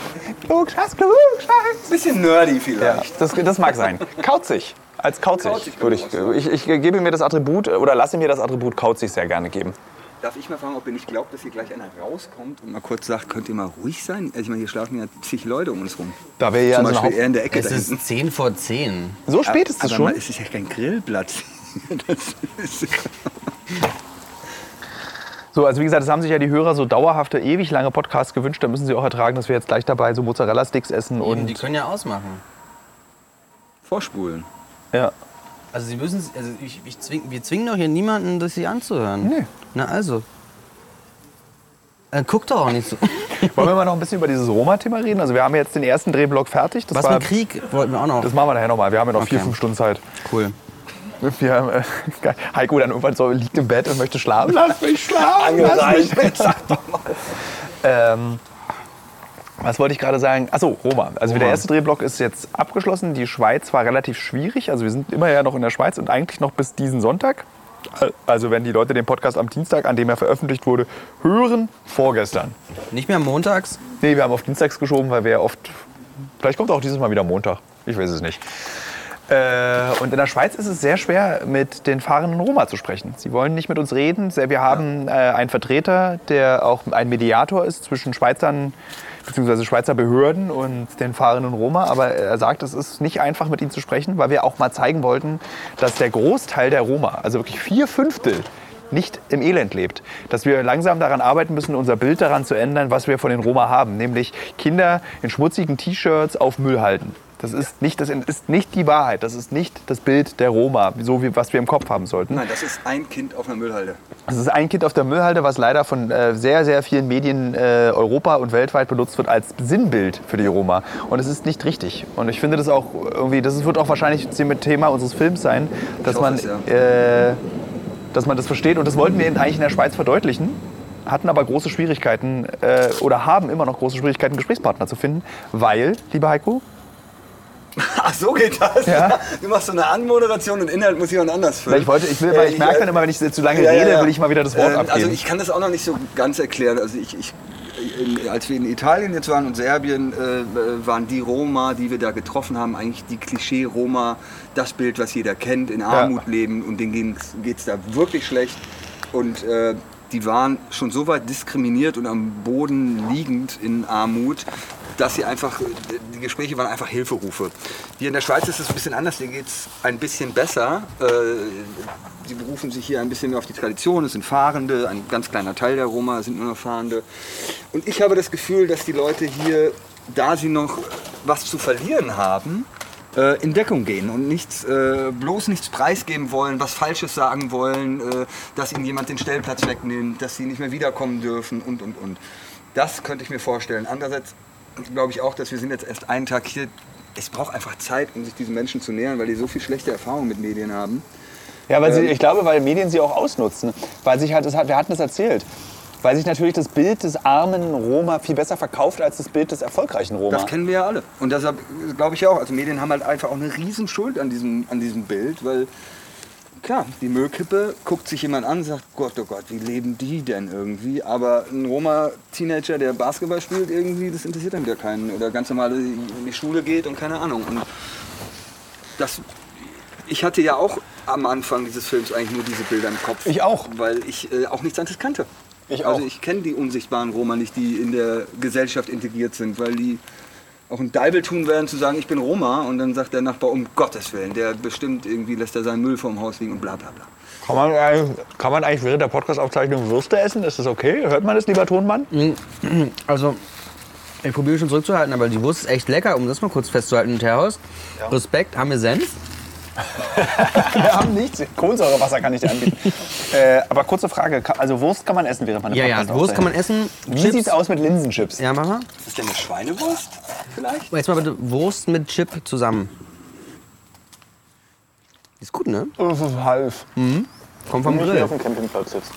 Klugscheiß, Klugscheiß. bisschen nerdy vielleicht. Das, das mag sein. Kauzig. Als kauzig, Kauzig würde ich, ich, ich gebe mir das Attribut äh, oder lasse mir das Attribut kauzig sehr gerne geben. Darf ich mal fragen, ob ihr nicht glaubt, dass hier gleich einer rauskommt und mal kurz sagt, könnt ihr mal ruhig sein? Also Ich meine, hier schlafen ja zig Leute um uns rum. Da wir ja Zum so eine Beispiel Haufen- er in der Ecke Es da hinten. ist 10 vor 10. So spät ist es Aber schon. mal, es ist ja kein Grillplatz. Das ist- So, also wie gesagt, das haben sich ja die Hörer so dauerhafte, ewig lange Podcasts gewünscht. Da müssen sie auch ertragen, dass wir jetzt gleich dabei so Mozzarella-Sticks essen Und die und können ja ausmachen. Vorspulen. ja. Also Sie müssen, also ich, ich zwing, wir zwingen doch hier niemanden, das sich anzuhören. Nee. Na also. Äh, guck doch auch nicht so. Wollen wir mal noch ein bisschen über dieses Roma-Thema reden? Also wir haben jetzt den ersten Drehblock fertig. Das, Was war, mit Krieg wollten wir auch noch. das machen wir nachher nochmal. Wir haben ja noch vier, Okay. fünf Stunden Zeit. cool. Wir haben, äh, geil. Heiko dann irgendwann so liegt im Bett und möchte schlafen. Lass mich schlafen! Angereicht. Sag doch mal. Ähm, was wollte ich gerade sagen? Achso, Roma. Also der erste Drehblock ist jetzt abgeschlossen. Die Schweiz war relativ schwierig. Also wir sind immer ja noch in der Schweiz und eigentlich noch bis diesen Sonntag. Also wenn die Leute den Podcast am Dienstag, an dem er veröffentlicht wurde, hören, vorgestern. Nicht mehr montags. Nee, wir haben auf Dienstags geschoben, weil wir ja oft. Vielleicht kommt auch dieses Mal wieder Montag. Ich weiß es nicht. Äh, und in der Schweiz ist es sehr schwer, mit den fahrenden Roma zu sprechen. Sie wollen nicht mit uns reden. Sehr- Wir haben äh, einen Vertreter, der auch ein Mediator ist zwischen Schweizern bzw. Schweizer Behörden und den fahrenden Roma. Aber er sagt, es ist nicht einfach, mit ihnen zu sprechen, weil wir auch mal zeigen wollten, dass der Großteil der Roma, also wirklich vier Fünftel, nicht im Elend lebt. Dass wir langsam daran arbeiten müssen, unser Bild daran zu ändern, was wir von den Roma haben. Nämlich Kinder in schmutzigen T-Shirts auf Müll halten. Das ist, nicht, das ist nicht die Wahrheit. Das ist nicht das Bild der Roma, so wie, was wir im Kopf haben sollten. Nein, das ist ein Kind auf einer Müllhalde. Es ist ein Kind auf der Müllhalde, was leider von äh, sehr, sehr vielen Medien äh, Europa und weltweit benutzt wird als Sinnbild für die Roma. Und es ist nicht richtig. Und ich finde das auch irgendwie, das wird auch wahrscheinlich mit Thema unseres Films sein, dass hoffe man, es, äh, dass man das versteht. Und das wollten wir eigentlich in der Schweiz verdeutlichen, hatten aber große Schwierigkeiten äh, oder haben immer noch große Schwierigkeiten, Gesprächspartner zu finden, weil, lieber Heiko, Ach, so geht das. Ja. Du machst so eine Anmoderation und Inhalt muss jemand anders füllen. Na, ich wollte, ich will, äh, weil ich merke dann immer, wenn ich zu lange rede, will ich mal wieder das Wort Ähm, abgeben. Also ich kann das auch noch nicht so ganz erklären. Also ich, ich in, als wir in Italien jetzt waren und Serbien, äh, waren die Roma, die wir da getroffen haben, eigentlich die Klischee-Roma, das Bild, was jeder kennt, in Armut leben und denen geht es da wirklich schlecht. Und äh, die waren schon so weit diskriminiert und am Boden liegend in Armut, dass sie einfach, die Gespräche waren einfach Hilferufe. Hier in der Schweiz ist es ein bisschen anders, hier geht es ein bisschen besser. Äh, Sie berufen sich hier ein bisschen mehr auf die Tradition, es sind Fahrende, ein ganz kleiner Teil der Roma sind nur noch Fahrende. Und ich habe das Gefühl, dass die Leute hier, da sie noch was zu verlieren haben, äh, in Deckung gehen und nichts, äh, bloß nichts preisgeben wollen, was Falsches sagen wollen, äh, dass ihnen jemand den Stellplatz wegnimmt, dass sie nicht mehr wiederkommen dürfen und, und, und. Das könnte ich mir vorstellen. Andererseits glaube ich auch, dass wir sind jetzt erst einen Tag hier. Es braucht einfach Zeit, um sich diesen Menschen zu nähern, weil die so viel schlechte Erfahrungen mit Medien haben. Ja, weil sie, ich glaube, weil Medien sie auch ausnutzen. Weil sich halt, das hat, wir hatten es erzählt. Weil sich natürlich das Bild des armen Roma viel besser verkauft als das Bild des erfolgreichen Roma. Das kennen wir ja alle. Und deshalb glaube ich auch. Also Medien haben halt einfach auch eine Riesenschuld an diesem, an diesem Bild, weil klar, die Müllkippe guckt sich jemand an und sagt, Gott, oh Gott, wie leben die denn irgendwie? Aber ein Roma-Teenager, der Basketball spielt, irgendwie, das interessiert dann wieder keinen. Oder ganz normal in die Schule geht und keine Ahnung. Und das, ich hatte ja auch am Anfang dieses Films eigentlich nur diese Bilder im Kopf. Ich auch. Weil ich äh, auch nichts anderes kannte. Ich auch. Also ich kenne die unsichtbaren Roma nicht, die in der Gesellschaft integriert sind, weil die auch ein Deibel tun werden zu sagen, ich bin Roma und dann sagt der Nachbar, um Gottes Willen, der bestimmt irgendwie lässt er seinen Müll vorm Haus liegen und bla bla bla. Kann man, eigentlich- kann man eigentlich während der Podcast-Aufzeichnung Würste essen? Ist das okay? Hört man das, lieber Tonmann? Also, ich probiere schon zurückzuhalten, aber die Wurst ist echt lecker, um das mal kurz festzuhalten, Terhaus. Respekt, haben wir Senf? Wir haben nichts. Kohlensäurewasser kann ich dir anbieten. äh, aber kurze Frage. Ka- Also Wurst kann man essen während man eine Ja, ja, Wurst kann man essen. Wie sieht's aus mit Linsenchips? Ja, mach mal. Oh, Ist das denn eine Schweinewurst vielleicht? Jetzt mal bitte Wurst mit Chip zusammen. Ist gut, ne? Das ist half. Kommt vom Grill. auf dem Campingplatz jetzt.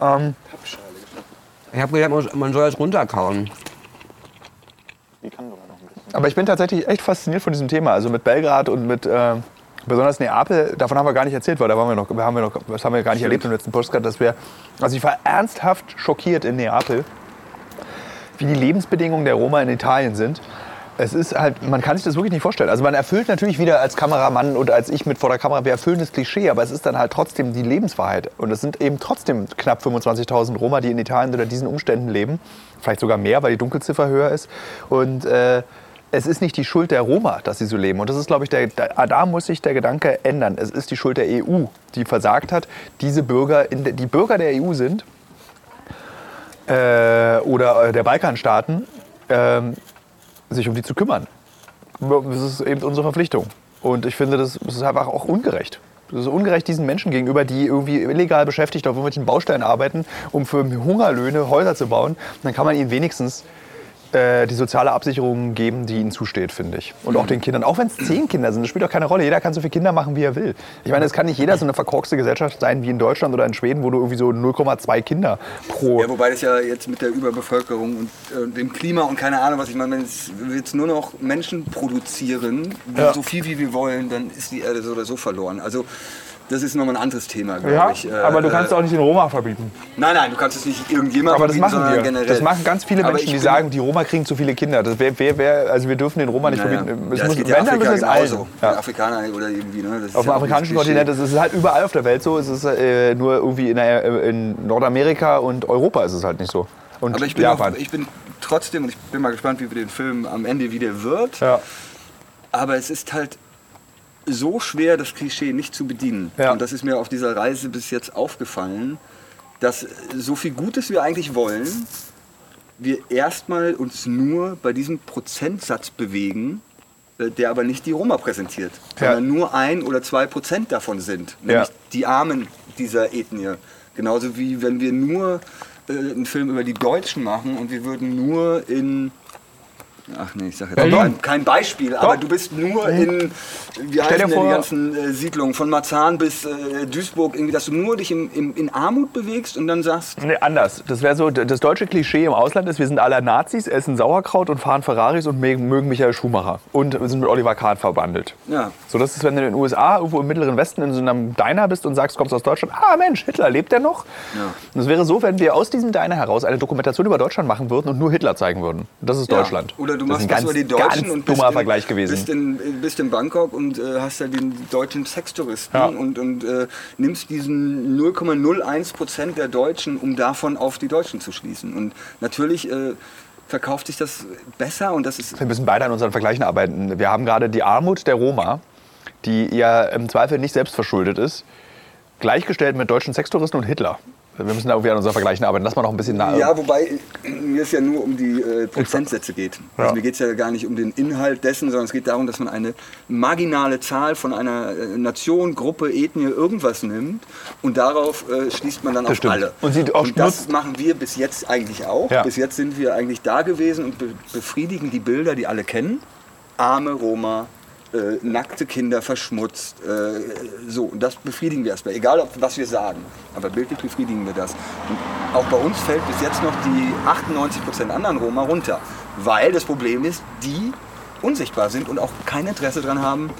Ähm, Ich habe gedacht, man- man soll das runterkauen. Die kann sogar noch ein bisschen. Aber ich bin tatsächlich echt fasziniert von diesem Thema. Also mit Belgrad und mit äh, besonders Neapel, davon haben wir gar nicht erzählt, weil da waren wir noch, haben wir noch das haben wir gar nicht erlebt im letzten Podcast, dass wir, also ich war ernsthaft schockiert in Neapel, wie die Lebensbedingungen der Roma in Italien sind. Es ist halt, man kann sich das wirklich nicht vorstellen. Also man erfüllt natürlich wieder als Kameramann und als ich mit vor der Kamera, wir erfüllen das Klischee, aber es ist dann halt trotzdem die Lebenswahrheit. Und es sind eben trotzdem knapp 25.000 Roma, die in Italien unter diesen Umständen leben. Vielleicht sogar mehr, weil die Dunkelziffer höher ist. Und äh, es ist nicht die Schuld der Roma, dass sie so leben. Und das ist, glaube ich, der, da, ah, da muss sich der Gedanke ändern. Es ist die Schuld der EU, die versagt hat, diese Bürger, in, de- die Bürger der EU sind äh, oder äh, der Balkanstaaten, ähm, sich um die zu kümmern. Das ist eben unsere Verpflichtung. Und ich finde, das ist einfach auch ungerecht. Das ist ungerecht diesen Menschen gegenüber, die irgendwie illegal beschäftigt auf irgendwelchen Bausteinen arbeiten, um für Hungerlöhne Häuser zu bauen. Dann kann man ihnen wenigstens äh, die soziale Absicherung geben, die ihnen zusteht, finde ich. Und auch den Kindern. Auch wenn es zehn Kinder sind, das spielt auch keine Rolle. Jeder kann so viele Kinder machen, wie er will. Ich meine, es kann nicht jeder so eine verkorkste Gesellschaft sein wie in Deutschland oder in Schweden, wo du irgendwie so 0,2 Kinder pro. Ja, wobei das ja jetzt mit der Überbevölkerung und äh, dem Klima und keine Ahnung was ich meine, wenn es- wir jetzt nur noch Menschen produzieren, Ja. so viel wie wir wollen, dann ist die Erde so oder so verloren. Also das ist nochmal ein anderes Thema, glaube ich. Äh, äh, auch nicht den Roma verbieten. Nein, nein, du kannst es nicht irgendjemandem Aber das verbieten, machen sondern wir. generell. Das machen ganz viele Aber Menschen, ich die bin- sagen, die Roma kriegen zu viele Kinder. Das wär, wär, wär, also wir dürfen den Roma nicht Naja. verbieten. Ja, Es das muss, geht wenn, ja in dann Afrika müssen es allen. genauso. Ja. Die Afrikaner oder irgendwie, ne? Auf dem Das ist ja auch dieses afrikanischen Klischee. Kontinent, das ist halt überall auf der Welt so. Es ist äh, nur irgendwie in, der, äh, in Nordamerika und Europa ist es halt nicht so. Und Aber ich bin, Japan. auch, ich bin trotzdem, und ich bin mal gespannt, wie wir den Film am Ende wieder wird. ja. Aber es ist halt so schwer, das Klischee nicht zu bedienen. Ja. Und das ist mir auf dieser Reise bis jetzt aufgefallen, dass so viel Gutes wir eigentlich wollen, wir erstmal uns nur bei diesem Prozentsatz bewegen, äh, der aber nicht die Roma präsentiert, Ja. sondern nur ein oder zwei Prozent davon sind, nämlich Ja. die Armen dieser Ethnie. Genauso wie wenn wir nur äh, einen Film über die Deutschen machen und wir würden nur in Ach nee, ich sag jetzt kein, kein Beispiel, aber du bist nur in, wie heißen dir denn die vor- ganzen äh, Siedlungen, von Marzahn bis äh, Duisburg, irgendwie, dass du nur dich im, im, in Armut bewegst und dann sagst, Nee, anders. Das wäre so, d- das deutsche Klischee im Ausland ist, wir sind alle Nazis, essen Sauerkraut und fahren Ferraris und mögen mögen Michael Schumacher. Und sind mit Oliver Kahn verbandelt. Ja. So, das ist, wenn du in den USA irgendwo im Mittleren Westen in so einem Diner bist und sagst, kommst aus Deutschland, ah Mensch, Hitler, lebt der noch? Ja. Und es wäre so, wenn wir aus diesem Diner heraus eine Dokumentation über Deutschland machen würden und nur Hitler zeigen würden. Das ist Deutschland. Ja. Oder du das machst ist das ein ganz, über die Deutschen ganz und dummer in, Vergleich gewesen. Bist in, äh, bist in Bangkok und äh, hast da den deutschen Sextouristen Ja. und, und äh, nimmst diesen 0,01 Prozent der Deutschen, um davon auf die Deutschen zu schließen. Und natürlich äh, verkauft sich das besser und das ist Wir müssen beide an unseren Vergleichen arbeiten. Wir haben gerade die Armut der Roma, die ja im Zweifel nicht selbst verschuldet ist, gleichgestellt mit deutschen Sextouristen und Hitler. Wir müssen da irgendwie an unseren Vergleichen arbeiten. Lass mal noch ein bisschen nahe. Ja, wobei äh, mir es ja nur um die äh, Prozentsätze geht. Also Ja. mir geht es ja gar nicht um den Inhalt dessen, sondern es geht darum, dass man eine marginale Zahl von einer äh, Nation, Gruppe, Ethnie, irgendwas nimmt und darauf äh, schließt man dann auf stimmt. alle. Und sieht auch das nutzt- machen wir bis jetzt eigentlich auch. Ja. Bis jetzt sind wir eigentlich da gewesen und be befriedigen die Bilder, die alle kennen. Arme Roma. Äh, nackte Kinder verschmutzt, äh, so. Und das befriedigen wir erstmal, egal ob, was wir sagen. Aber bildlich befriedigen wir das. Und auch bei uns fällt bis jetzt noch die 98% anderen Roma runter, weil das Problem ist, die unsichtbar sind und auch kein Interesse daran haben,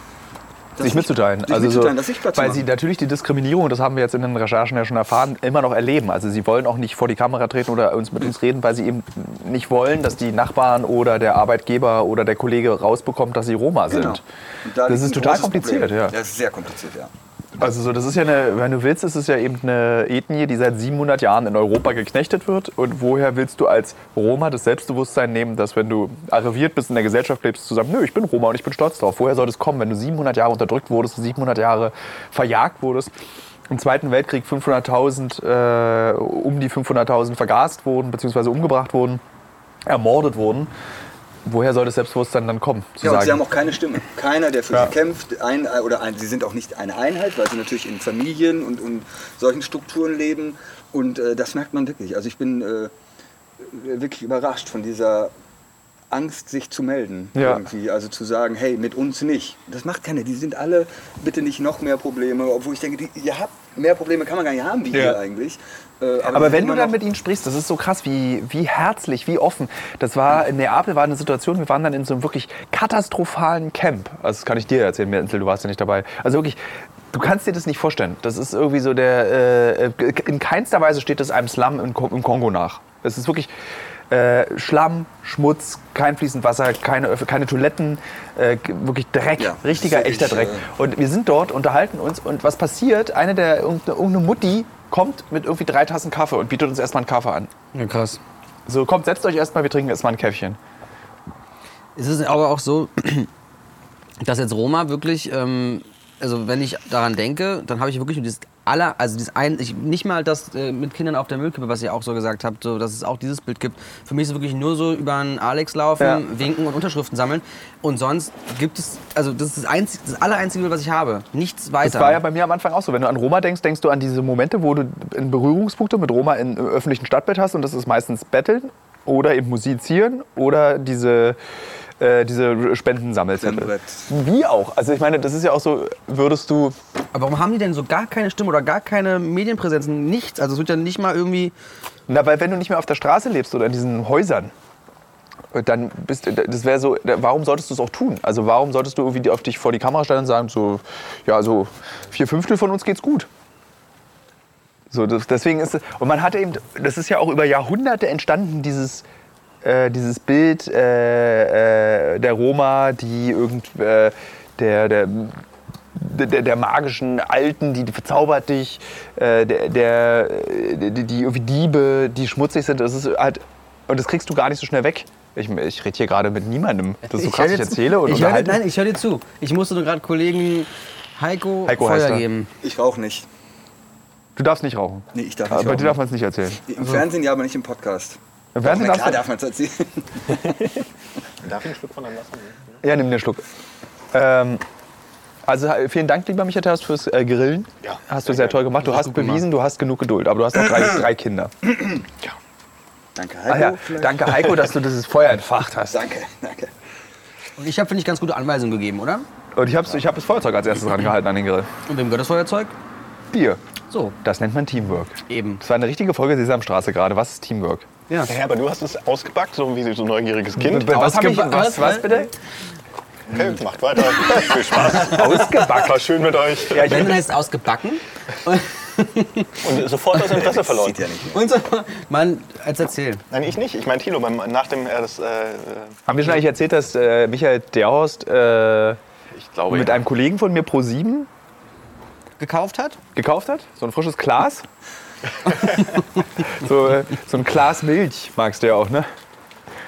das sich mitzuteilen. Sich also mitzuteilen, so, das sichtbar zu weil machen. sie natürlich die Diskriminierung, das haben wir jetzt in den Recherchen ja schon erfahren, immer noch erleben. Also sie wollen auch nicht vor die Kamera treten oder uns mit uns reden, weil sie eben nicht wollen, dass die Nachbarn oder der Arbeitgeber oder der Kollege rausbekommt, dass sie Roma sind. Genau. Und das da liegt ist ein total großes kompliziert, Problem. ja. Das ist sehr kompliziert, ja. Also so, das ist ja eine, wenn du willst, ist es ja eben eine Ethnie, die seit 700 Jahren in Europa geknechtet wird. Und woher willst du als Roma das Selbstbewusstsein nehmen, dass wenn du arriviert bist in der Gesellschaft lebst, zusammen, nö, ich bin Roma und ich bin stolz drauf. Woher soll das kommen, wenn du 700 Jahre unterdrückt wurdest, 700 Jahre verjagt wurdest? Im Zweiten Weltkrieg 500.000, äh, um die 500.000 vergast wurden, beziehungsweise umgebracht wurden, ermordet wurden. Woher soll das Selbstbewusstsein dann kommen? zu Ja, und sie sagen, haben auch keine Stimme. Keiner, der für sie kämpft. Ein, oder ein, sie sind auch nicht eine Einheit, weil sie natürlich in Familien und, und solchen Strukturen leben. Und äh, das merkt man wirklich. Also ich bin äh, wirklich überrascht von dieser Angst, sich zu melden. Ja. Irgendwie. Also zu sagen, hey, mit uns nicht. Das macht keiner. Die sind alle, bitte nicht noch mehr Probleme. Obwohl ich denke, die, ihr habt mehr Probleme, kann man gar nicht haben wie Ja. ihr eigentlich. Äh, Aber wenn die sind du immer dann noch- mit ihnen sprichst, das ist so krass, wie, wie herzlich, wie offen. Das war in Neapel war eine Situation, wir waren dann in so einem wirklich katastrophalen Camp. Also das kann ich dir erzählen, Menzel, du warst ja nicht dabei. Also wirklich, du kannst dir das nicht vorstellen. Das ist irgendwie so der äh, in keinster Weise steht das einem Slum im, Ko- im Kongo nach. Es ist wirklich äh, Schlamm, Schmutz, kein fließend Wasser, keine, Öff- keine Toiletten, äh, wirklich Dreck, Ja, richtiger, das ist echter Dreck. wirklich, Und wir sind dort, unterhalten uns und was passiert? Eine der, irgendeine, irgendeine Mutti kommt mit irgendwie drei Tassen Kaffee und bietet uns erstmal einen Kaffee an. Ja, krass. So, kommt, setzt euch erstmal, wir trinken erstmal ein Käffchen. Es ist aber auch so, dass jetzt Roma wirklich ähm, also wenn ich daran denke, dann habe ich wirklich nur dieses aller, also dieses ein, ich, nicht mal das äh, mit Kindern auf der Müllkippe, was ihr auch so gesagt habt, so, dass es auch dieses Bild gibt. Für mich ist es wirklich nur so über einen Alex laufen, Ja. winken und Unterschriften sammeln. Und sonst gibt es, also das ist das, einzig, das allereinzige Bild, was ich habe. Nichts weiter. Das war ja bei mir am Anfang auch so. Wenn du an Roma denkst, denkst du an diese Momente, wo du in Berührungspunkte mit Roma in, im öffentlichen Stadtbett hast. Und das ist meistens Betteln oder eben Musizieren oder diese, äh, diese Spendensammelzettel. Klemmbrett. Wie auch. Also ich meine, das ist ja auch so, würdest du Aber warum haben die denn so gar keine Stimme oder gar keine Medienpräsenzen? Nichts. Also es wird ja nicht mal irgendwie. Na, weil wenn du nicht mehr auf der Straße lebst oder in diesen Häusern, dann bist das wäre so, warum solltest du es auch tun? Also warum solltest du irgendwie auf dich vor die Kamera stellen und sagen, so, ja, so vier Fünftel von uns geht's gut. So, das, deswegen ist es, und man hat eben, das ist ja auch über Jahrhunderte entstanden, dieses, äh, dieses Bild äh, äh, der Roma, die irgend, äh, der, der, der, der magischen Alten, die, die verzaubert dich, äh, der, der, äh, die, die irgendwie Diebe, die schmutzig sind, das ist halt, und das kriegst du gar nicht so schnell weg. Ich, ich rede hier gerade mit niemandem. Das ist so krass, ich, hör dir zu. erzähle und ich hör, dir- unterhalte. Nein, ich höre dir zu. Ich musste nur gerade Kollegen Heiko, Heiko heißt Feuer er. geben. Ich rauche nicht. Du darfst nicht rauchen. Nee, ich darf nicht Aber dir rauchen. darf man es nicht erzählen. Im Fernsehen ja, aber nicht im Podcast. Also Im Fernsehen Na darfst klar du- darf man es erzählen. Darf ich einen Schluck von deinem Wasser nehmen? Ja, nimm den Schluck. Ähm, also äh, vielen Dank, lieber Michael, Theas, fürs äh, Grillen. Ja, hast du sehr toll gemacht. Du hast bewiesen, du hast genug Geduld, aber du hast auch drei, drei Kinder. Danke, Ah, Heiko. ja. vielleicht? Danke, Heiko, dass du dieses Feuer entfacht hast. Danke, danke. Und ich habe, finde ich, ganz gute Anweisungen gegeben, oder? Und ich habe ich hab das Feuerzeug als erstes rangehalten an den Grill. Und wem gehört das Feuerzeug? Dir. So, Das nennt man Teamwork. eben. Das war eine richtige Folge Sesamstraße gerade. Was ist Teamwork? Ja. Ja, aber du hast es ausgepackt, so wie so ein neugieriges Kind. Was, hab ich, Ausgeba- was, was was? bitte? Okay, macht weiter. Viel Spaß. Ausgebackt. War schön mit euch. Ja, ich, Wenn dann heißt ausgebacken. Und, Und sofort das Interesse verloren. Sieht ja nicht mehr. und so, Mann, als erzähl. Nein, ich nicht. Ich meine Thilo, beim, nach dem er das, äh, äh, haben wir schon eigentlich erzählt, dass äh, Michael Derhorst äh, ich glaube, mit ja. einem Kollegen von mir Pro 7 Gekauft hat? gekauft hat. So ein frisches Glas. so, äh, so ein Glas Milch magst du ja auch, ne?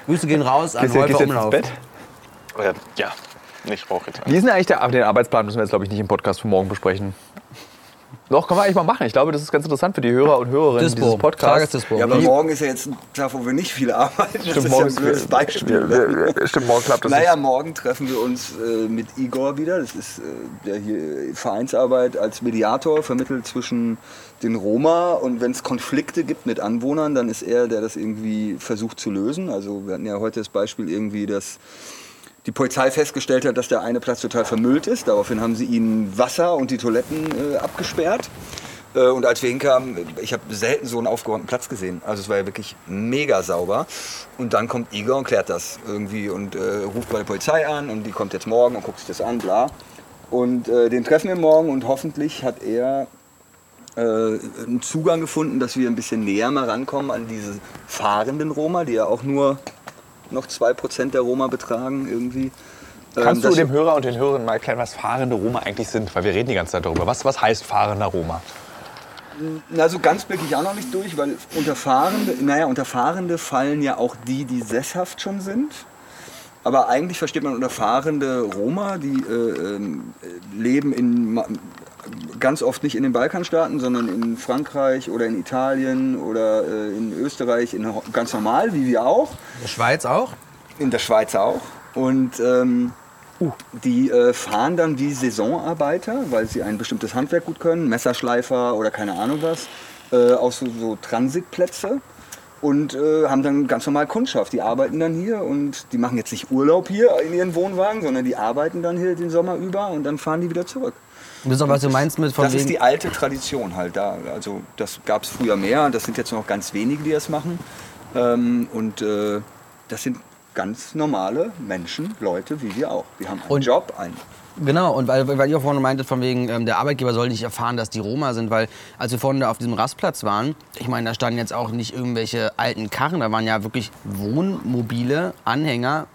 Grüße gehen raus an Gehst, du- Holger gehst du jetzt ins Umlauf. Bett? Äh, ja, ich rauche jetzt. Wie ist denn eigentlich der, den Arbeitsplan? Müssen wir jetzt, glaube ich, nicht im Podcast für morgen besprechen. Doch, können wir eigentlich mal machen. Ich glaube, das ist ganz interessant für die Hörer und Hörerinnen Dispo. dieses Podcasts. Tagesdispo. Ja, aber Wie- morgen ist ja jetzt ein Tag, wo wir nicht viel arbeiten. das ist ja ein blödes Beispiel. ne? Stimmt, morgen klappt das Naja, morgen treffen wir uns äh, mit Igor wieder. Das ist äh, der hier äh, Vereinsarbeit als Mediator vermittelt zwischen den Roma. Und wenn es Konflikte gibt mit Anwohnern, dann ist er, der das irgendwie versucht zu lösen. Also wir hatten ja heute das Beispiel irgendwie, dass die Polizei festgestellt hat, dass der eine Platz total vermüllt ist. Daraufhin haben sie ihnen Wasser und die Toiletten äh, abgesperrt. Äh, Und als wir hinkamen, ich habe selten so einen aufgeräumten Platz gesehen. Also es war ja wirklich mega sauber. Und dann kommt Igor und klärt das irgendwie und äh, ruft bei der Polizei an und die kommt jetzt morgen und guckt sich das an, bla. Und äh, den treffen wir morgen und hoffentlich hat er äh, einen Zugang gefunden, dass wir ein bisschen näher mal rankommen an diese fahrenden Roma, die ja auch nur noch 2% der Roma betragen irgendwie. Ähm, Äh, Kannst du dass- dem Hörer und den Hörerinnen mal erklären, was fahrende Roma eigentlich sind? Weil wir reden die ganze Zeit darüber. Was, was heißt fahrender Roma? Na, so ganz blicke ich auch noch nicht durch, weil unter Fahrende, naja, unter Fahrende fallen ja auch die, die sesshaft schon sind. Aber eigentlich versteht man unter Fahrende Roma, die äh, ähm, äh, leben in, ma- ganz oft nicht in den Balkanstaaten, sondern in Frankreich oder in Italien oder äh, in Österreich, in, Ho- ganz normal, wie wir auch. Schweiz auch? In der Schweiz auch. Und ähm, die äh, fahren dann wie Saisonarbeiter, weil sie ein bestimmtes Handwerk gut können, Messerschleifer oder keine Ahnung was, äh, auf so, so Transitplätze und äh, haben dann ganz normal Kundschaft. Die arbeiten dann hier und die machen jetzt nicht Urlaub hier in ihren Wohnwagen, sondern die arbeiten dann hier den Sommer über und dann fahren die wieder zurück. Und das ist auch, was du meinst mit von Das ist wegen. die alte Tradition halt da. Also das gab es früher mehr, das sind jetzt noch ganz wenige, die das machen. Ähm, und äh, das sind ganz normale Menschen, Leute wie wir auch. Die haben einen Und- Job, einen. Genau, und weil, weil ihr auch vorhin meintet, von wegen, ähm, der Arbeitgeber soll nicht erfahren, dass die Roma sind, weil als wir vorhin da auf diesem Rastplatz waren, ich meine, da standen jetzt auch nicht irgendwelche alten Karren, da waren ja wirklich wohnmobile Anhänger,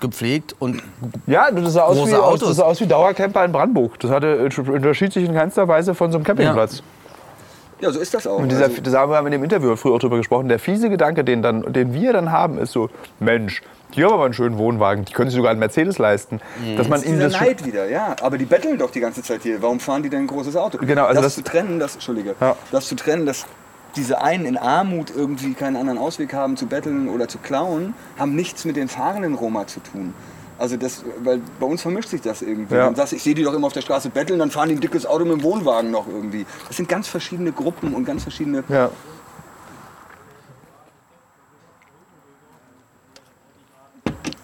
gepflegt und Ja, das sah, Große Autos. aus wie Dauercamper in Brandenburg. Das hatte, äh, unterschied sich in keinster Weise von so einem Ja. Ja, so ist das auch. Und dieser, Also- da haben wir in dem Interview früher auch drüber gesprochen, der fiese Gedanke, den, dann, den wir dann haben, ist so, Mensch, die haben aber einen schönen Wohnwagen, die können sich sogar einen Mercedes leisten. Dass man ihnen Dieser das schon- Neid wieder, ja. Aber die betteln doch die ganze Zeit hier. Warum fahren die denn ein großes Auto? Genau, also das, das- zu trennen, das, Entschuldige, Ja. das zu trennen, dass diese einen in Armut irgendwie keinen anderen Ausweg haben, zu betteln oder zu klauen, haben nichts mit den fahrenden Roma zu tun. Also das, weil bei uns vermischt sich das irgendwie. Ja. Man sagt, ich sehe die doch immer auf der Straße betteln, dann fahren die ein dickes Auto mit dem Wohnwagen noch irgendwie. Das sind ganz verschiedene Gruppen und ganz verschiedene Ja.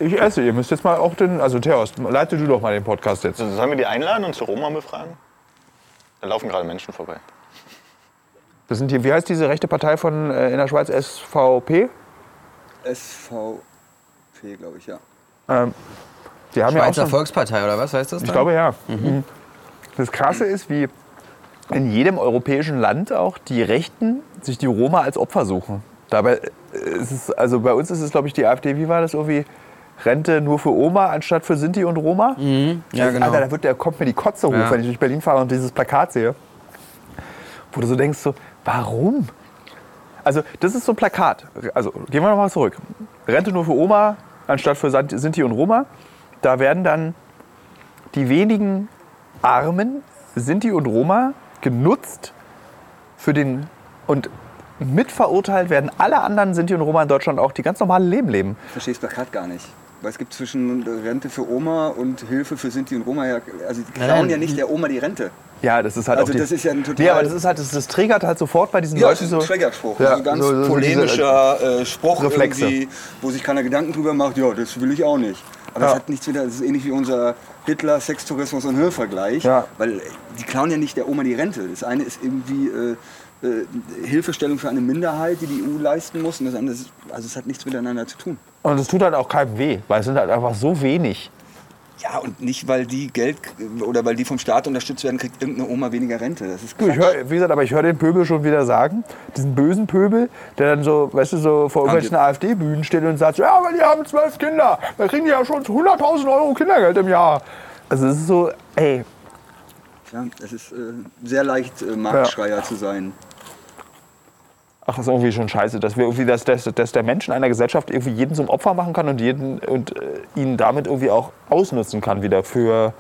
Ich esse, ihr müsst jetzt mal auch den, also Theos, leite du doch mal den Podcast jetzt. So, Sollen wir die einladen und zur Roma befragen? Da laufen gerade Menschen vorbei. Das sind die, wie heißt diese rechte Partei von äh, in der Schweiz, SVP? SVP, glaube ich, ja. Ähm, Die haben ja auch Schweizer schon, Volkspartei oder was heißt das? Ich glaube ja. Mhm. Das Krasse ist, wie in jedem europäischen Land auch die Rechten sich die Roma als Opfer suchen. Dabei ist es, also bei uns ist es, glaube ich, die AfD, wie war das irgendwie? Rente nur für Oma anstatt für Sinti und Roma? ja, genau. Alter, da, wird, da kommt mir die Kotze hoch, Ja. wenn ich durch Berlin fahre und dieses Plakat sehe. Wo du so denkst, so, warum? Also, das ist so ein Plakat. Also, gehen wir nochmal zurück. Rente nur für Oma anstatt für Sant- Sinti und Roma. Da werden dann die wenigen Armen, Sinti und Roma, genutzt für den. Und mitverurteilt werden alle anderen Sinti und Roma in Deutschland auch, die ganz normale Leben leben. verstehe das Plakat gar nicht. Weil es gibt zwischen Rente für Oma und Hilfe für Sinti und Roma ja. Also die klauen nein. ja nicht der Oma die Rente. Ja, das ist halt Also auch die, das ist ja ein total- Nee, aber das ist halt, das, das triggert halt sofort bei diesen Ja, das Leuten ist ein so. Triggerspruch. Ja, so ganz so- so- so diese- polemischer äh, Spruch, Reflexe. irgendwie, wo sich keiner Gedanken drüber macht, ja, das will ich auch nicht. Aber Ja. das hat nichts mit, das ist ähnlich wie unser Hitler, Sextourismus und Hörvergleich. Ja. Weil äh, die klauen ja nicht der Oma die Rente. Das eine ist irgendwie äh, äh, Hilfestellung für eine Minderheit, die die EU leisten muss. Und das andere ist, also es hat nichts miteinander zu tun. Und es tut halt auch keinem weh, weil es sind halt einfach so wenig. Ja, und nicht, weil die Geld oder weil die vom Staat unterstützt werden, kriegt irgendeine Oma weniger Rente. Das ist Du, ich hör, wie gesagt, aber ich höre den Pöbel schon wieder sagen, diesen bösen Pöbel, der dann so, weißt du, so vor irgendwelchen AfD-Bühnen steht und sagt, so, ja, aber die haben zwölf Kinder, da kriegen die ja schon 100.000 Euro Kindergeld im Jahr. Also es ist so, ey, Ja, es ist äh, sehr leicht, äh, Marktschreier zu sein. ach, das ist irgendwie schon scheiße, dass wir irgendwie, dass, dass, dass der Mensch in einer Gesellschaft irgendwie jeden zum Opfer machen kann und jeden und äh, ihn damit irgendwie auch ausnutzen kann wieder für.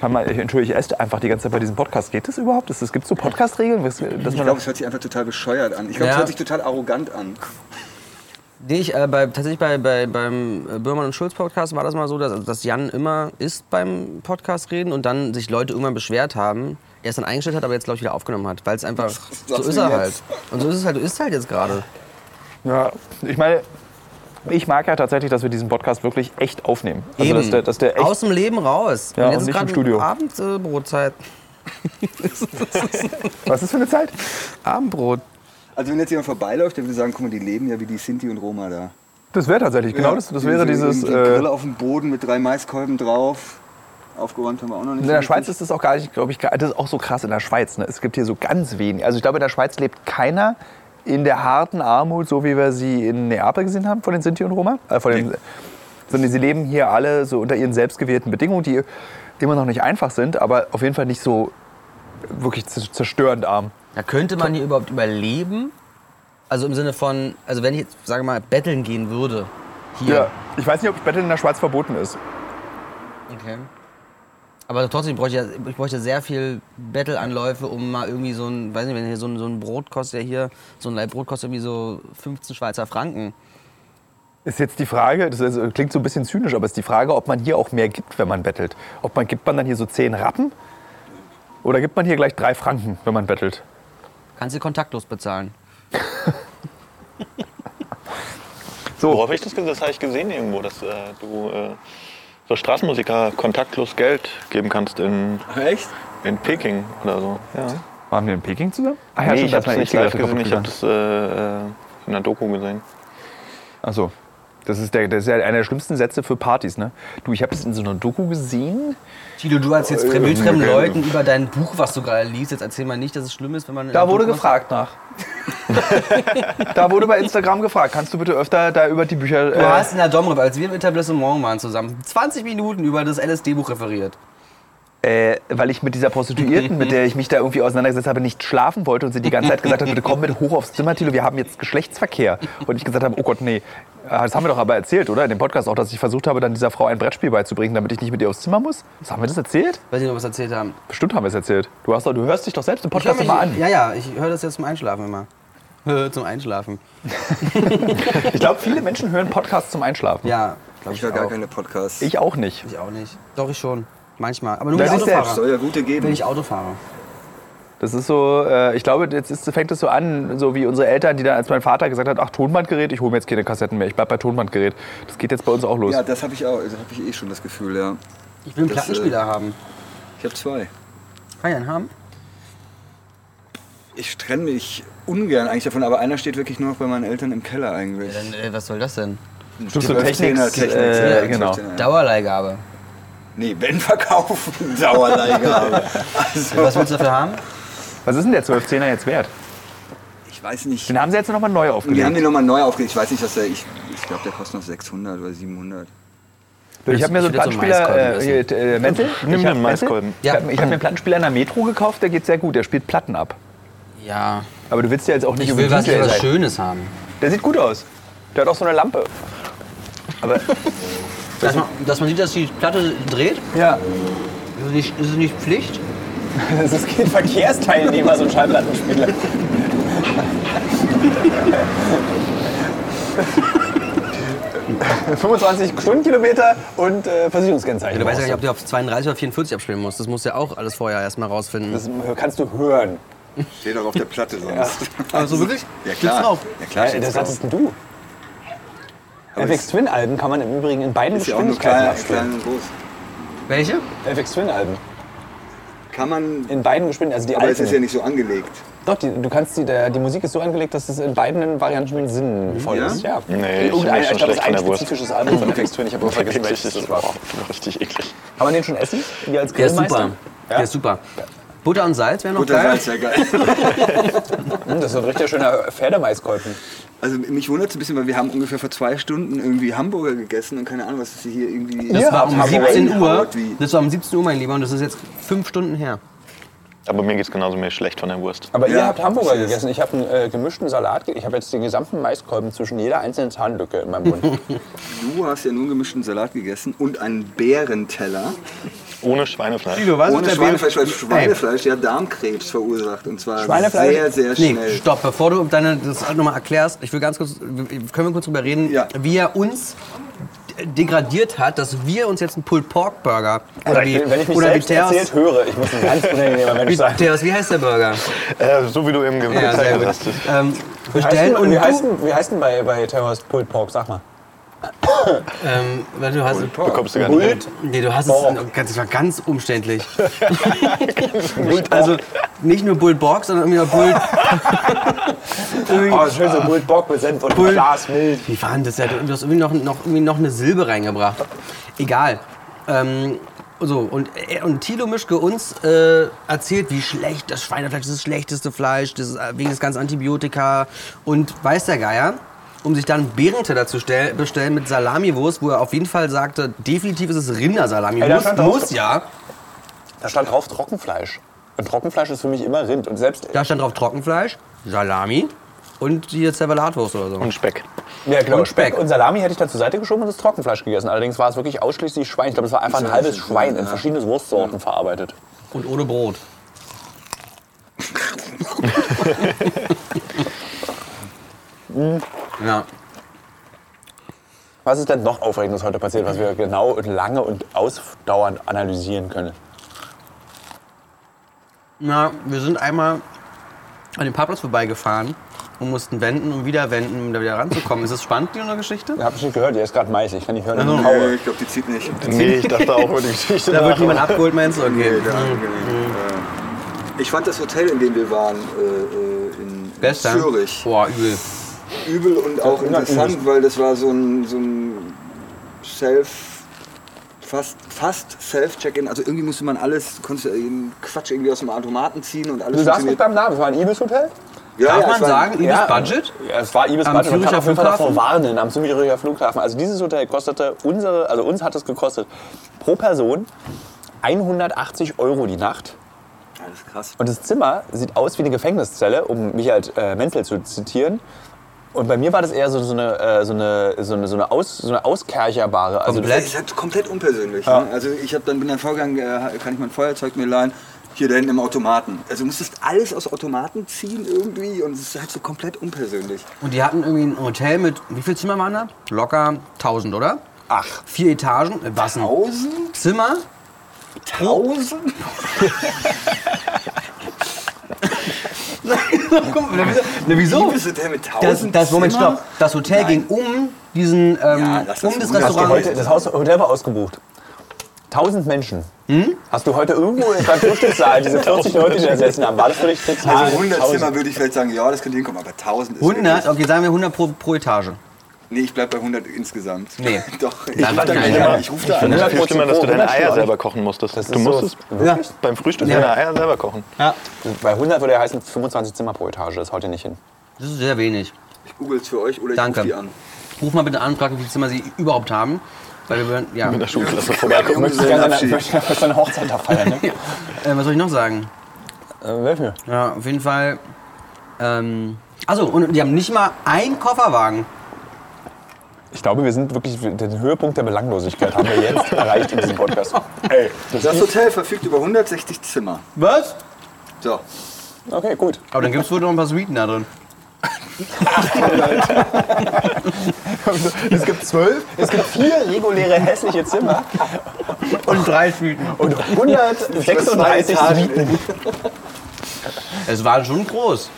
Kann man, ich- Entschuldigung, ich esse einfach die ganze Zeit bei diesem Podcast. Geht das überhaupt? Ist das- Gibt es so Podcast-Regeln? dass Ich man- glaube, es hört sich einfach total bescheuert an. Ich glaube, Ja. es hört sich total arrogant an. Nee, ich, äh, bei, tatsächlich bei, bei, beim äh, Böhmermann und Schulz Podcast war das mal so, dass, also, dass Jan immer ist beim Podcast reden und dann sich Leute irgendwann beschwert haben. Er es dann eingestellt hat, aber jetzt glaube ich wieder aufgenommen hat, weil es einfach so sagst ist du er halt. jetzt? Und so ist es halt, du isst halt jetzt gerade. Ja, ich meine, ich mag ja tatsächlich, dass wir diesen Podcast wirklich echt aufnehmen. Also, dass der, dass der echt. Aus dem Leben raus. Ja, Und und jetzt nicht ist im Studio. gerade Abendbrotzeit. Äh, Brotzeit. was ist für eine Zeit? Abendbrot. Also wenn jetzt jemand vorbeiläuft, der würde sagen, guck mal, die leben ja wie die Sinti und Roma da. Das wäre tatsächlich, genau Ja, das, das die- wäre die- dieses. Die Äh, Grille auf dem Boden mit drei Maiskolben drauf. Aufgeräumt haben wir auch noch nicht. in so der Schweiz richtig. ist das auch gar nicht, glaube ich, gar- das ist auch so krass in der Schweiz. Ne? Es gibt hier so ganz wenig. Also ich glaube, in der Schweiz lebt keiner in der harten Armut, so wie wir sie in Neapel gesehen haben, von den Sinti und Roma. Äh, von den, sondern sie leben hier alle so unter ihren selbstgewählten Bedingungen, die immer noch nicht einfach sind, aber auf jeden Fall nicht so wirklich z- zerstörend arm. Da könnte man hier überhaupt überleben. Also im Sinne von, also wenn ich jetzt, sage mal, betteln gehen würde. Hier. Ja. Ich weiß nicht, ob Betteln in der Schweiz verboten ist. Okay. Aber trotzdem bräuchte ich, ja- ich bräuchte sehr viel Battle-Anläufe, um mal irgendwie so ein, weiß nicht, wenn hier so ein, so ein Brot kostet, ja hier, so ein Leib Brot kostet irgendwie so 15 Schweizer Franken. Ist jetzt die Frage, das ist, klingt so ein bisschen zynisch, aber ist die Frage, ob man hier auch mehr gibt, wenn man bettelt. Ob man gibt man dann hier so zehn Rappen? Oder gibt man hier gleich drei Franken, wenn man bettelt? Kannst du kontaktlos bezahlen. Worauf ich das gesehen das habe ich gesehen irgendwo, dass äh, du äh, so Straßenmusiker kontaktlos Geld geben kannst in, Echt? in Peking oder so. Ja. Waren wir in Peking zusammen? Ach nee, ich da habe ist meine es nicht live E-Zigarette gesehen, kaputt ich habe gegangen. das äh, äh, in der Doku gesehen. Ach so. Das ist, der, das ist ja einer der schlimmsten Sätze für Partys, ne? Du, ich habe das in so einer Doku gesehen. Tilo, du als jetzt Fremdwildfremden Äh, okay. Leuten über dein Buch, was du gerade liest, jetzt erzähl mal nicht, dass es schlimm ist, wenn man. Da wurde gefragt nach. da wurde bei Instagram gefragt, kannst du bitte öfter da über die Bücher... äh, Du hast in der Domrep, als wir im Etablissement waren zusammen, 20 Minuten über das LSD-Buch referiert. äh, weil ich mit dieser Prostituierten, mit der ich mich da irgendwie auseinandergesetzt habe, nicht schlafen wollte und sie die ganze Zeit gesagt hat, bitte komm mit hoch aufs Zimmer, Thilo, wir haben jetzt Geschlechtsverkehr. Und ich gesagt habe, oh Gott, nee, Ah, das haben wir doch aber erzählt, oder? In dem Podcast auch, dass ich versucht habe, dann dieser Frau ein Brettspiel beizubringen, damit ich nicht mit ihr aufs Zimmer muss. Was haben wir das erzählt? Weiß nicht, ob wir es erzählt haben. Bestimmt haben wir es erzählt. Du, hast doch, du hörst dich doch selbst im Ich hör Podcast mich- immer an. Ja, ja, ich höre das jetzt zum Einschlafen immer. Hö, zum Einschlafen. Ich glaube, viele Menschen hören Podcasts zum Einschlafen. Ja, glaube Ich ich, höre gar auch. keine Podcasts. Ich auch nicht. Ich auch nicht. Doch, ich schon. Manchmal. Aber nur Das wenn ist ich Autofahrer. selbst Soll ja gute Wenn geben. ich Auto fahre. Das ist so, äh, ich glaube, jetzt ist, fängt es so an, so wie unsere Eltern, die dann, als mein Vater gesagt hat, ach, Tonbandgerät, ich hole mir jetzt keine Kassetten mehr, ich bleib bei Tonbandgerät. Das geht jetzt bei uns auch los. Ja, das habe ich auch. Das habe ich eh schon das Gefühl, ja. Ich will einen Das, Plattenspieler äh, haben. Ich habe zwei. Kann ich einen haben? Ich trenne mich ungern eigentlich davon, aber einer steht wirklich nur noch bei meinen Eltern im Keller eigentlich. äh, was soll das denn? Stimmt, so Techniks, Technik, äh, genau. Dauerleihgabe. Nee, wenn verkaufen, Dauerleihgabe. Äh, Was Also, willst du dafür haben? Was ist denn der 12-10er jetzt wert? ich weiß nicht. Den haben sie jetzt nochmal neu Wir haben aufgelegt. den nochmal neu aufgelegt. Ich weiß nicht, was der. Ich, ich glaube, der kostet noch 600 oder 700. ich habe mir so einen Ich würd so einen Plattenspieler, Maiskolben äh, hier, äh, Menzel, Nimm ich den hab- Maiskolben. Menzel? Ich Ja. habe hab mir einen Plattenspieler in der Metro gekauft, der geht sehr gut, der spielt Platten ab. Ja. Aber du willst ja jetzt auch nicht Ich will was, DJ was sein. Schönes haben. Der sieht gut aus. Der hat auch so eine Lampe. Aber, Dass man, dass man sieht, dass die Platte dreht, ja, ist es nicht, ist es nicht Pflicht. das ist kein Verkehrsteilnehmer, so ein Schallplattenspieler. ...25 Stundenkilometer und äh, Versicherungskennzeichen. Du weißt ja gar nicht, ob du auf 32 oder 44 abspielen musst. Das musst du ja auch alles vorher erstmal rausfinden. das kannst du hören. Steht auch auf der Platte sonst. Also wirklich? Ja, Steht's klar. drauf? Ja, klar steht's drauf. du. Aber FX es Twin Alben kann man im Übrigen in beiden Ist ja auch nur Geschwindigkeiten klein, abspielen. klein und groß. Welche? FX Twin Alben. Kann man. In beiden Geschwindigkeiten. Aber es Also ist die ja alten. nicht so angelegt. Doch, die, du kannst die, der, die Musik ist so angelegt, dass es in beiden Varianten sinnvoll Ja? ist. Ja. Nee, ich bin Irgendein- mir schon glaub, das schlecht von der Wurst. Album von FX Twin. Ich habe aber vergessen, Wirklich, welches das das war war. richtig eklig. Kann man den schon essen? Wie als Der ist super. Grillmeister? Der ist super. Butter und Salz wäre noch Butter geil. Salz, ja geil. Hm, das ist ein richtig schöner Pferdemaiskolben. Also mich wundert es ein bisschen, weil wir haben ungefähr vor zwei Stunden irgendwie Hamburger gegessen und keine Ahnung, was ist hier irgendwie. Das war um Hamburger 17 Uhr. Haut wie- Das war um 17 Uhr, mein Lieber, und das ist jetzt fünf Stunden her. Aber mir geht's genauso mir ist schlecht von der Wurst. Aber ihr Ja, habt Hamburger das ist- gegessen. Ich habe einen äh, gemischten Salat. ge- Ich habe jetzt den gesamten Maiskolben zwischen jeder einzelnen Zahnlücke in meinem Mund. Du hast ja nur gemischten Salat gegessen und einen Bärenteller. Ohne Schweinefleisch. was Ohne Schweinefleisch, weil Schweinefleisch ja Darmkrebs verursacht. Und zwar Schweinefleisch- sehr, sehr Nee, schnell. stopp, bevor du deine, das nochmal erklärst, ich will ganz kurz, können wir kurz drüber reden, Ja. wie er uns degradiert hat, dass wir uns jetzt einen Pulled Pork Burger oder wie, oder wie Theos, höre, ich muss ein ganz unangenehmer Mensch wie, Theos, wie heißt der Burger? Äh, so wie du eben Ja, sehr gesagt gut. hast. Ähm, bestellen und wie heißt, du, denn, wie heißt denn bei, bei Terrorist Pulled Pork? Sag mal. ähm, weil du hast, Kommst du gar nicht hin. Nee, du hast es ganz, das war ganz umständlich. also nicht nur Bull Borg, sondern irgendwie auch Bull. Oh, schön so Pulled Pork mit Senf und Pulled- Glas Milch. Wie war denn das? Ja, Du du hast irgendwie noch, noch, irgendwie noch eine Silbe reingebracht. Egal. Ähm, so, und, er- und Thilo Mischke uns äh, erzählt, wie schlecht das Schweinefleisch ist, das schlechteste Fleisch, das ist, äh, wegen des ganzen Antibiotika und weiß der Geier, um sich dann einen Bärenteller zu stell, bestellen mit Salamiwurst, wo er auf jeden Fall sagte, definitiv ist es Ey, da Rindersalamiwurst, stand drauf- muss ja. Da stand drauf Trockenfleisch. Und Trockenfleisch ist für mich immer Rind. Und selbst. Da stand drauf Trockenfleisch, Salami und hier Zervalatwurst oder so. Und Speck. Ja, genau. Und Speck. Speck und Salami hätte ich da zur Seite geschoben und das Trockenfleisch gegessen. Allerdings war es wirklich ausschließlich Schwein. Ich glaube, es war einfach ein halbes Schwein in verschiedene Wurstsorten verarbeitet. Und ohne Brot. ja. Was ist denn noch Aufregendes heute passiert, was wir genau und lange und ausdauernd analysieren können? Na, wir sind einmal an dem Parkplatz vorbeigefahren und mussten wenden und wieder wenden, um da wieder ranzukommen. Ist das spannend, die unsere Geschichte? Ich habe nicht gehört, der ist gerade meisig. Ich kann nicht hören. Also, ich Nee, kaue. ich glaube, die zieht nicht. Nee, ich dachte auch über die Geschichte Da wird nach. niemand abgeholt, meinst du? Okay. Nee, da- Mhm. Äh, Ich fand das Hotel, in dem wir waren, äh, äh, in Gestern? Zürich, Boah, übel. übel und auch interessant, weil das war so ein, so ein Self, fast, fast Self-Check-In. Also irgendwie musste man alles, du konntest ja jeden Quatsch irgendwie aus dem Automaten ziehen und alles Du sagst nicht beim Namen, es war ein Ibis-Hotel? Ja, Darf ja, es man war- sagen, übles ja. Budget? Ja, es war Ibis Am Budget. Man kann Züricher auf jeden Fall davor Flughafen? warnen, am Züricher Flughafen. Also dieses Hotel kostete unsere, also uns hat es gekostet pro Person 180 Euro die Nacht. Das ist krass. Und das Zimmer sieht aus wie eine Gefängniszelle, um Michael äh, Menzel zu zitieren. Und bei mir war das eher so, so eine, äh, so eine, so eine, so eine, Aus, so eine Auskercherbare. Also Das ist halt komplett unpersönlich. Ne? Also ich habe dann bin dann vorgegangen, äh, kann ich mein Feuerzeug mir leihen? Hier da hinten im Automaten. Also du musstest alles aus Automaten ziehen irgendwie und es ist halt so komplett unpersönlich. Und die hatten irgendwie ein Hotel mit, wie viel Zimmer waren da? Locker 1000, oder? Ach. Vier Etagen. äh, Was ein Tausend? Zimmer? Tausend? Na wieso? Liebes Hotel mit Das, 1000 das, Moment, Zimmer? stopp. Das Hotel ging um diesen, ähm, Ja, das um ist das hast wunderbar. du Restaurant. heute, das Haus, Hotel war ausgebucht. 1000 Menschen. Hm? Hast du heute irgendwo in deinem Frühstückssaal diese 40 Leute, die da sitzen haben? War das für dich total? Also 100 1000? Zimmer würde ich vielleicht sagen, ja, das könnte hinkommen, aber 1000 ist 100, wirklich- okay, sagen wir 100 pro, pro Etage. Nee, ich bleib bei 100 insgesamt. Nee. Doch, ich Dann rufe da nein, gleich ja. an. Ich ruf da an. finde- Das ist viel 100% schlimmer, dass du pro deine Hundertstel Eier auch. selber kochen musstest. Das du ist so- musstest Ja. beim Frühstück Ja. deine Eier selber kochen. Ja, Bei 100 würde ja heißen 25 Zimmer pro Etage. Das haut ihr nicht hin. das ist sehr wenig. Ich google es für euch oder ich Danke. ruf die an. Ruf mal bitte an, frag, wie viele Zimmer sie überhaupt haben. Weil wir würden, ja. In der Schulklasse vorbeikommen. Möchtest du gerne deine- möchtest du deine Hochzeit da feiern? Ne? ja. Äh, was soll ich noch sagen? Äh, welche? Ja, auf jeden Fall. Ähm, also und die haben nicht mal einen Kofferwagen. Ich glaube, wir sind wirklich den Höhepunkt der Belanglosigkeit haben wir jetzt erreicht in diesem Podcast. Ey, das Das Hotel verfügt über 160 Zimmer. Was? So. okay, gut. Aber dann gibt es wohl noch ein paar Suiten da drin. Es gibt zwölf, es gibt vier reguläre hässliche Zimmer Und drei Suiten. und 136 Suiten. Es war schon groß.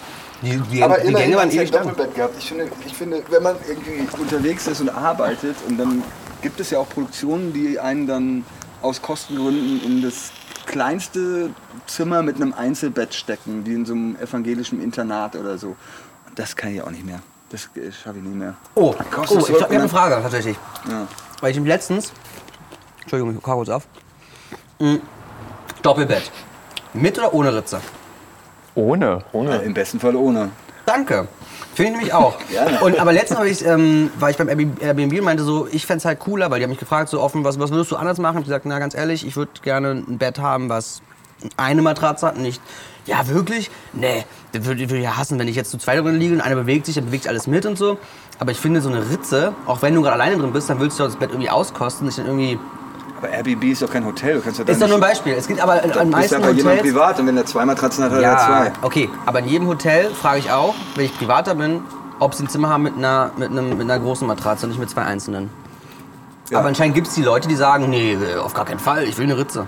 Die, die, Aber die immerhin Gänge waren hat's ja ewig ein lang. Doppelbett gehabt. Ich finde, ich finde, wenn man irgendwie unterwegs ist und arbeitet und dann gibt es ja auch Produktionen, die einen dann aus Kostengründen in das kleinste Zimmer mit einem Einzelbett stecken, wie in so einem evangelischen Internat oder so. Und das kann ich auch nicht mehr. Das äh, schaffe ich nicht mehr. Oh, oh ich, Kostet glaub, ich zurück, habe eine ne? Frage tatsächlich. Ja. Weil ich letztens. Entschuldigung, ich guck kurz auf. Mm, Doppelbett. Mit oder ohne Ritze? Ohne. Ja, Im besten Fall ohne. Danke. Finde ich nämlich auch. Gerne. Und aber letztens hab ich, ähm, war ich beim Airbnb Airbnb und meinte so, ich fände es halt cooler, weil die haben mich gefragt so offen, was, was würdest du anders machen? Ich gesagt, na ganz ehrlich, ich würde gerne ein Bett haben, was eine Matratze hat, und nicht. Ja, wirklich? Nee, das würde würd ich ja hassen, wenn ich jetzt zu zweit drin liege und einer bewegt sich, dann bewegt alles mit und so. Aber ich finde so eine Ritze, auch wenn du gerade alleine drin bist, dann willst du das Bett irgendwie auskosten, dich dann irgendwie. Aber Airbnb ist doch kein Hotel. Du kannst ja da Ist doch nicht- nur ein Beispiel. Es gibt aber in, an Bist meisten aber jemand Hotels. privat und wenn er zwei Matratzen hat, hat er Ja, zwei. okay. Aber in jedem Hotel frage ich auch, wenn ich privater bin, ob sie ein Zimmer haben mit einer, mit einem, mit einer großen Matratze und nicht mit zwei einzelnen. Ja. Aber anscheinend gibt es die Leute, die sagen, nee, äh, auf gar keinen Fall, ich will eine Ritze.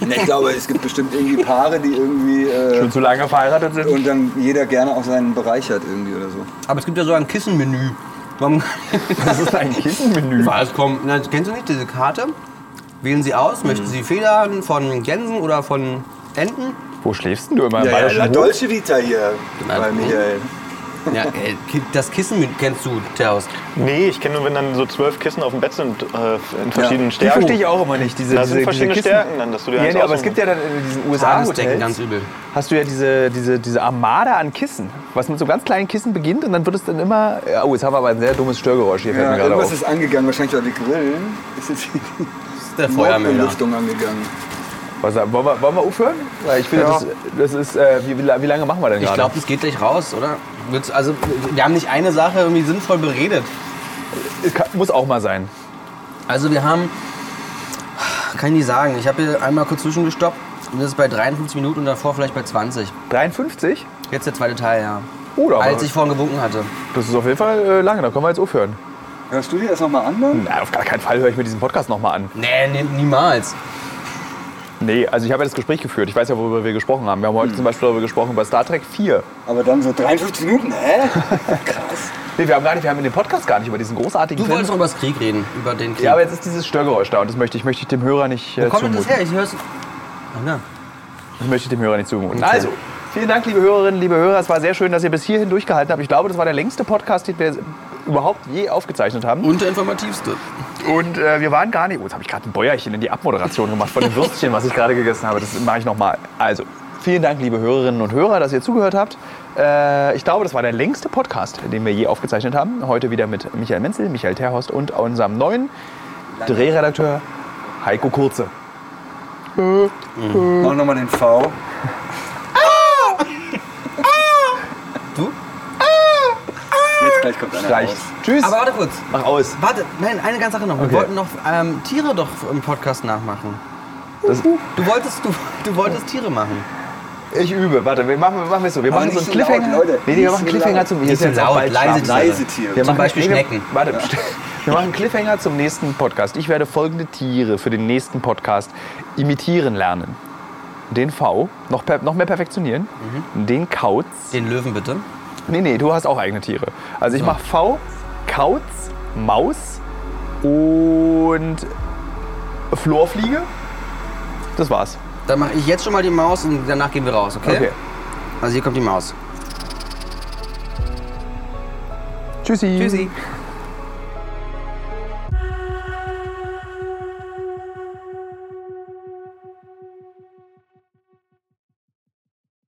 Nee, ich glaube, es gibt bestimmt irgendwie Paare, die irgendwie. Äh, zu lange verheiratet sind? und dann jeder gerne auch seinen Bereich hat irgendwie oder so. Aber es gibt ja sogar ein Kissenmenü. Warum- Das ist ein Kissenmenü. Was kommt? Na, kennst du nicht diese Karte? Wählen Sie aus, Hm. möchten Sie Federn von Gänsen oder von Enten? Wo schläfst denn du immer? Im Ja, ja, Bayerischen La Hof? Dolce Vita hier Na, bei Michael. Ja, ey, Ki- das Kissenmenü kennst du, Terraus. Nee, ich kenne nur, wenn dann so zwölf Kissen auf dem Bett sind äh, in verschiedenen Die Stärken. verstehe ich auch immer nicht. Diese, Da diese, sind verschiedene diese Kissen. Stärken dann, dass du dir ja, eins nee, aber es aussuchen gibt ja dann in diesen Ah, Tagesdecken, ganz USA-Hotels, übel. hast du ja diese, diese, diese Armada an Kissen, was mit so ganz kleinen Kissen beginnt und dann wird es dann immer... Ja, Oh, jetzt haben wir aber ein sehr dummes Störgeräusch hier, fällt Ja, mir gerade irgendwas auf. ist angegangen, wahrscheinlich weil wir grillen. Ist jetzt die Das ist der Feuermelder. Lüftung angegangen. Was, wollen, wir, wollen wir aufhören? Weil ich finde, Ja. das, das ist... Äh, wie, wie la- wie lange machen wir denn Ich gerade? glaube, das geht gleich raus, oder? Wird's- Also, wir haben nicht eine Sache irgendwie sinnvoll beredet. Es kann- Äh, muss auch mal sein. Also, wir haben. Kann ich nicht sagen. Ich habe hier einmal kurz zwischengestoppt. Und das ist bei 53 Minuten und davor vielleicht bei 20. 53? Jetzt der zweite Teil, ja. Oh, da Als war- ich vorhin gewunken hatte. Das ist auf jeden Fall äh, lange, da können wir jetzt aufhören. Hörst du dir das nochmal an? Dann? Na, auf gar keinen Fall höre ich mir diesen Podcast nochmal an. Nee, nee, niemals. Nee, also ich habe ja das Gespräch geführt. Ich weiß ja, worüber wir gesprochen haben. Wir haben Hm. heute zum Beispiel darüber gesprochen, über Star Trek 4. Aber dann so 53 Minuten, hä? Krass. Nee, wir haben gar nicht, wir haben in dem Podcast gar nicht über diesen großartigen Du Film. wolltest noch über das Krieg reden, über den Krieg. ja, aber jetzt ist dieses Störgeräusch da und das möchte ich, möchte ich dem Hörer nicht äh, Wo kommt denn zumuten. das her? Ich hör's. Ach, na. Das möchte ich dem Hörer nicht zumuten. Okay. Also, vielen Dank, liebe Hörerinnen, liebe Hörer. Es war sehr schön, dass ihr bis hierhin durchgehalten habt. Ich glaube, das war der längste Podcast, den wir überhaupt je aufgezeichnet haben. Unterinformativste. Und äh, wir waren gar nicht. Oh, jetzt habe ich gerade ein Bäuerchen in die Abmoderation gemacht von dem Würstchen, was ich gerade gegessen habe. Das mache ich nochmal. Also, vielen Dank, liebe Hörerinnen und Hörer, dass ihr zugehört habt. Äh, ich glaube, das war der längste Podcast, den wir je aufgezeichnet haben. Heute wieder mit Michael Menzel, Michael Terhorst und unserem neuen Drehredakteur Heiko Kurze. Mach nochmal den V. Ah! Ah! Du? Jetzt gleich kommt einer Ah! Gleich. raus. Tschüss. Aber warte kurz. Mach aus. Warte, nein, eine ganze Sache noch. Wir Okay. wollten noch ähm, Tiere doch im Podcast nachmachen. Das, Du wolltest, du, du wolltest Tiere machen. ich übe. Warte, wir machen, wir machen es so. Wir Aber machen so einen nicht so laut, Cliffhanger. Leute. Nee, Nicht wir machen einen so Cliffhanger laut. zum Nicht ist so jetzt laut, auch bald leise Schlafzeit. Leise Tiere. Wir Zum machen- Beispiel nee, wir- Schnecken. Warte, wir machen einen Cliffhanger zum nächsten Podcast. Ich werde folgende Tiere für den nächsten Podcast imitieren lernen. Den V, noch, per, noch mehr perfektionieren. Den Kauz. Den Löwen bitte. Nee, nee, du hast auch eigene Tiere. Also ich mache V, Kauz, Maus und Florfliege. Das war's. Dann mache ich jetzt schon mal die Maus und danach gehen wir raus, okay? Okay. Also hier kommt die Maus. Tschüssi. Tschüssi.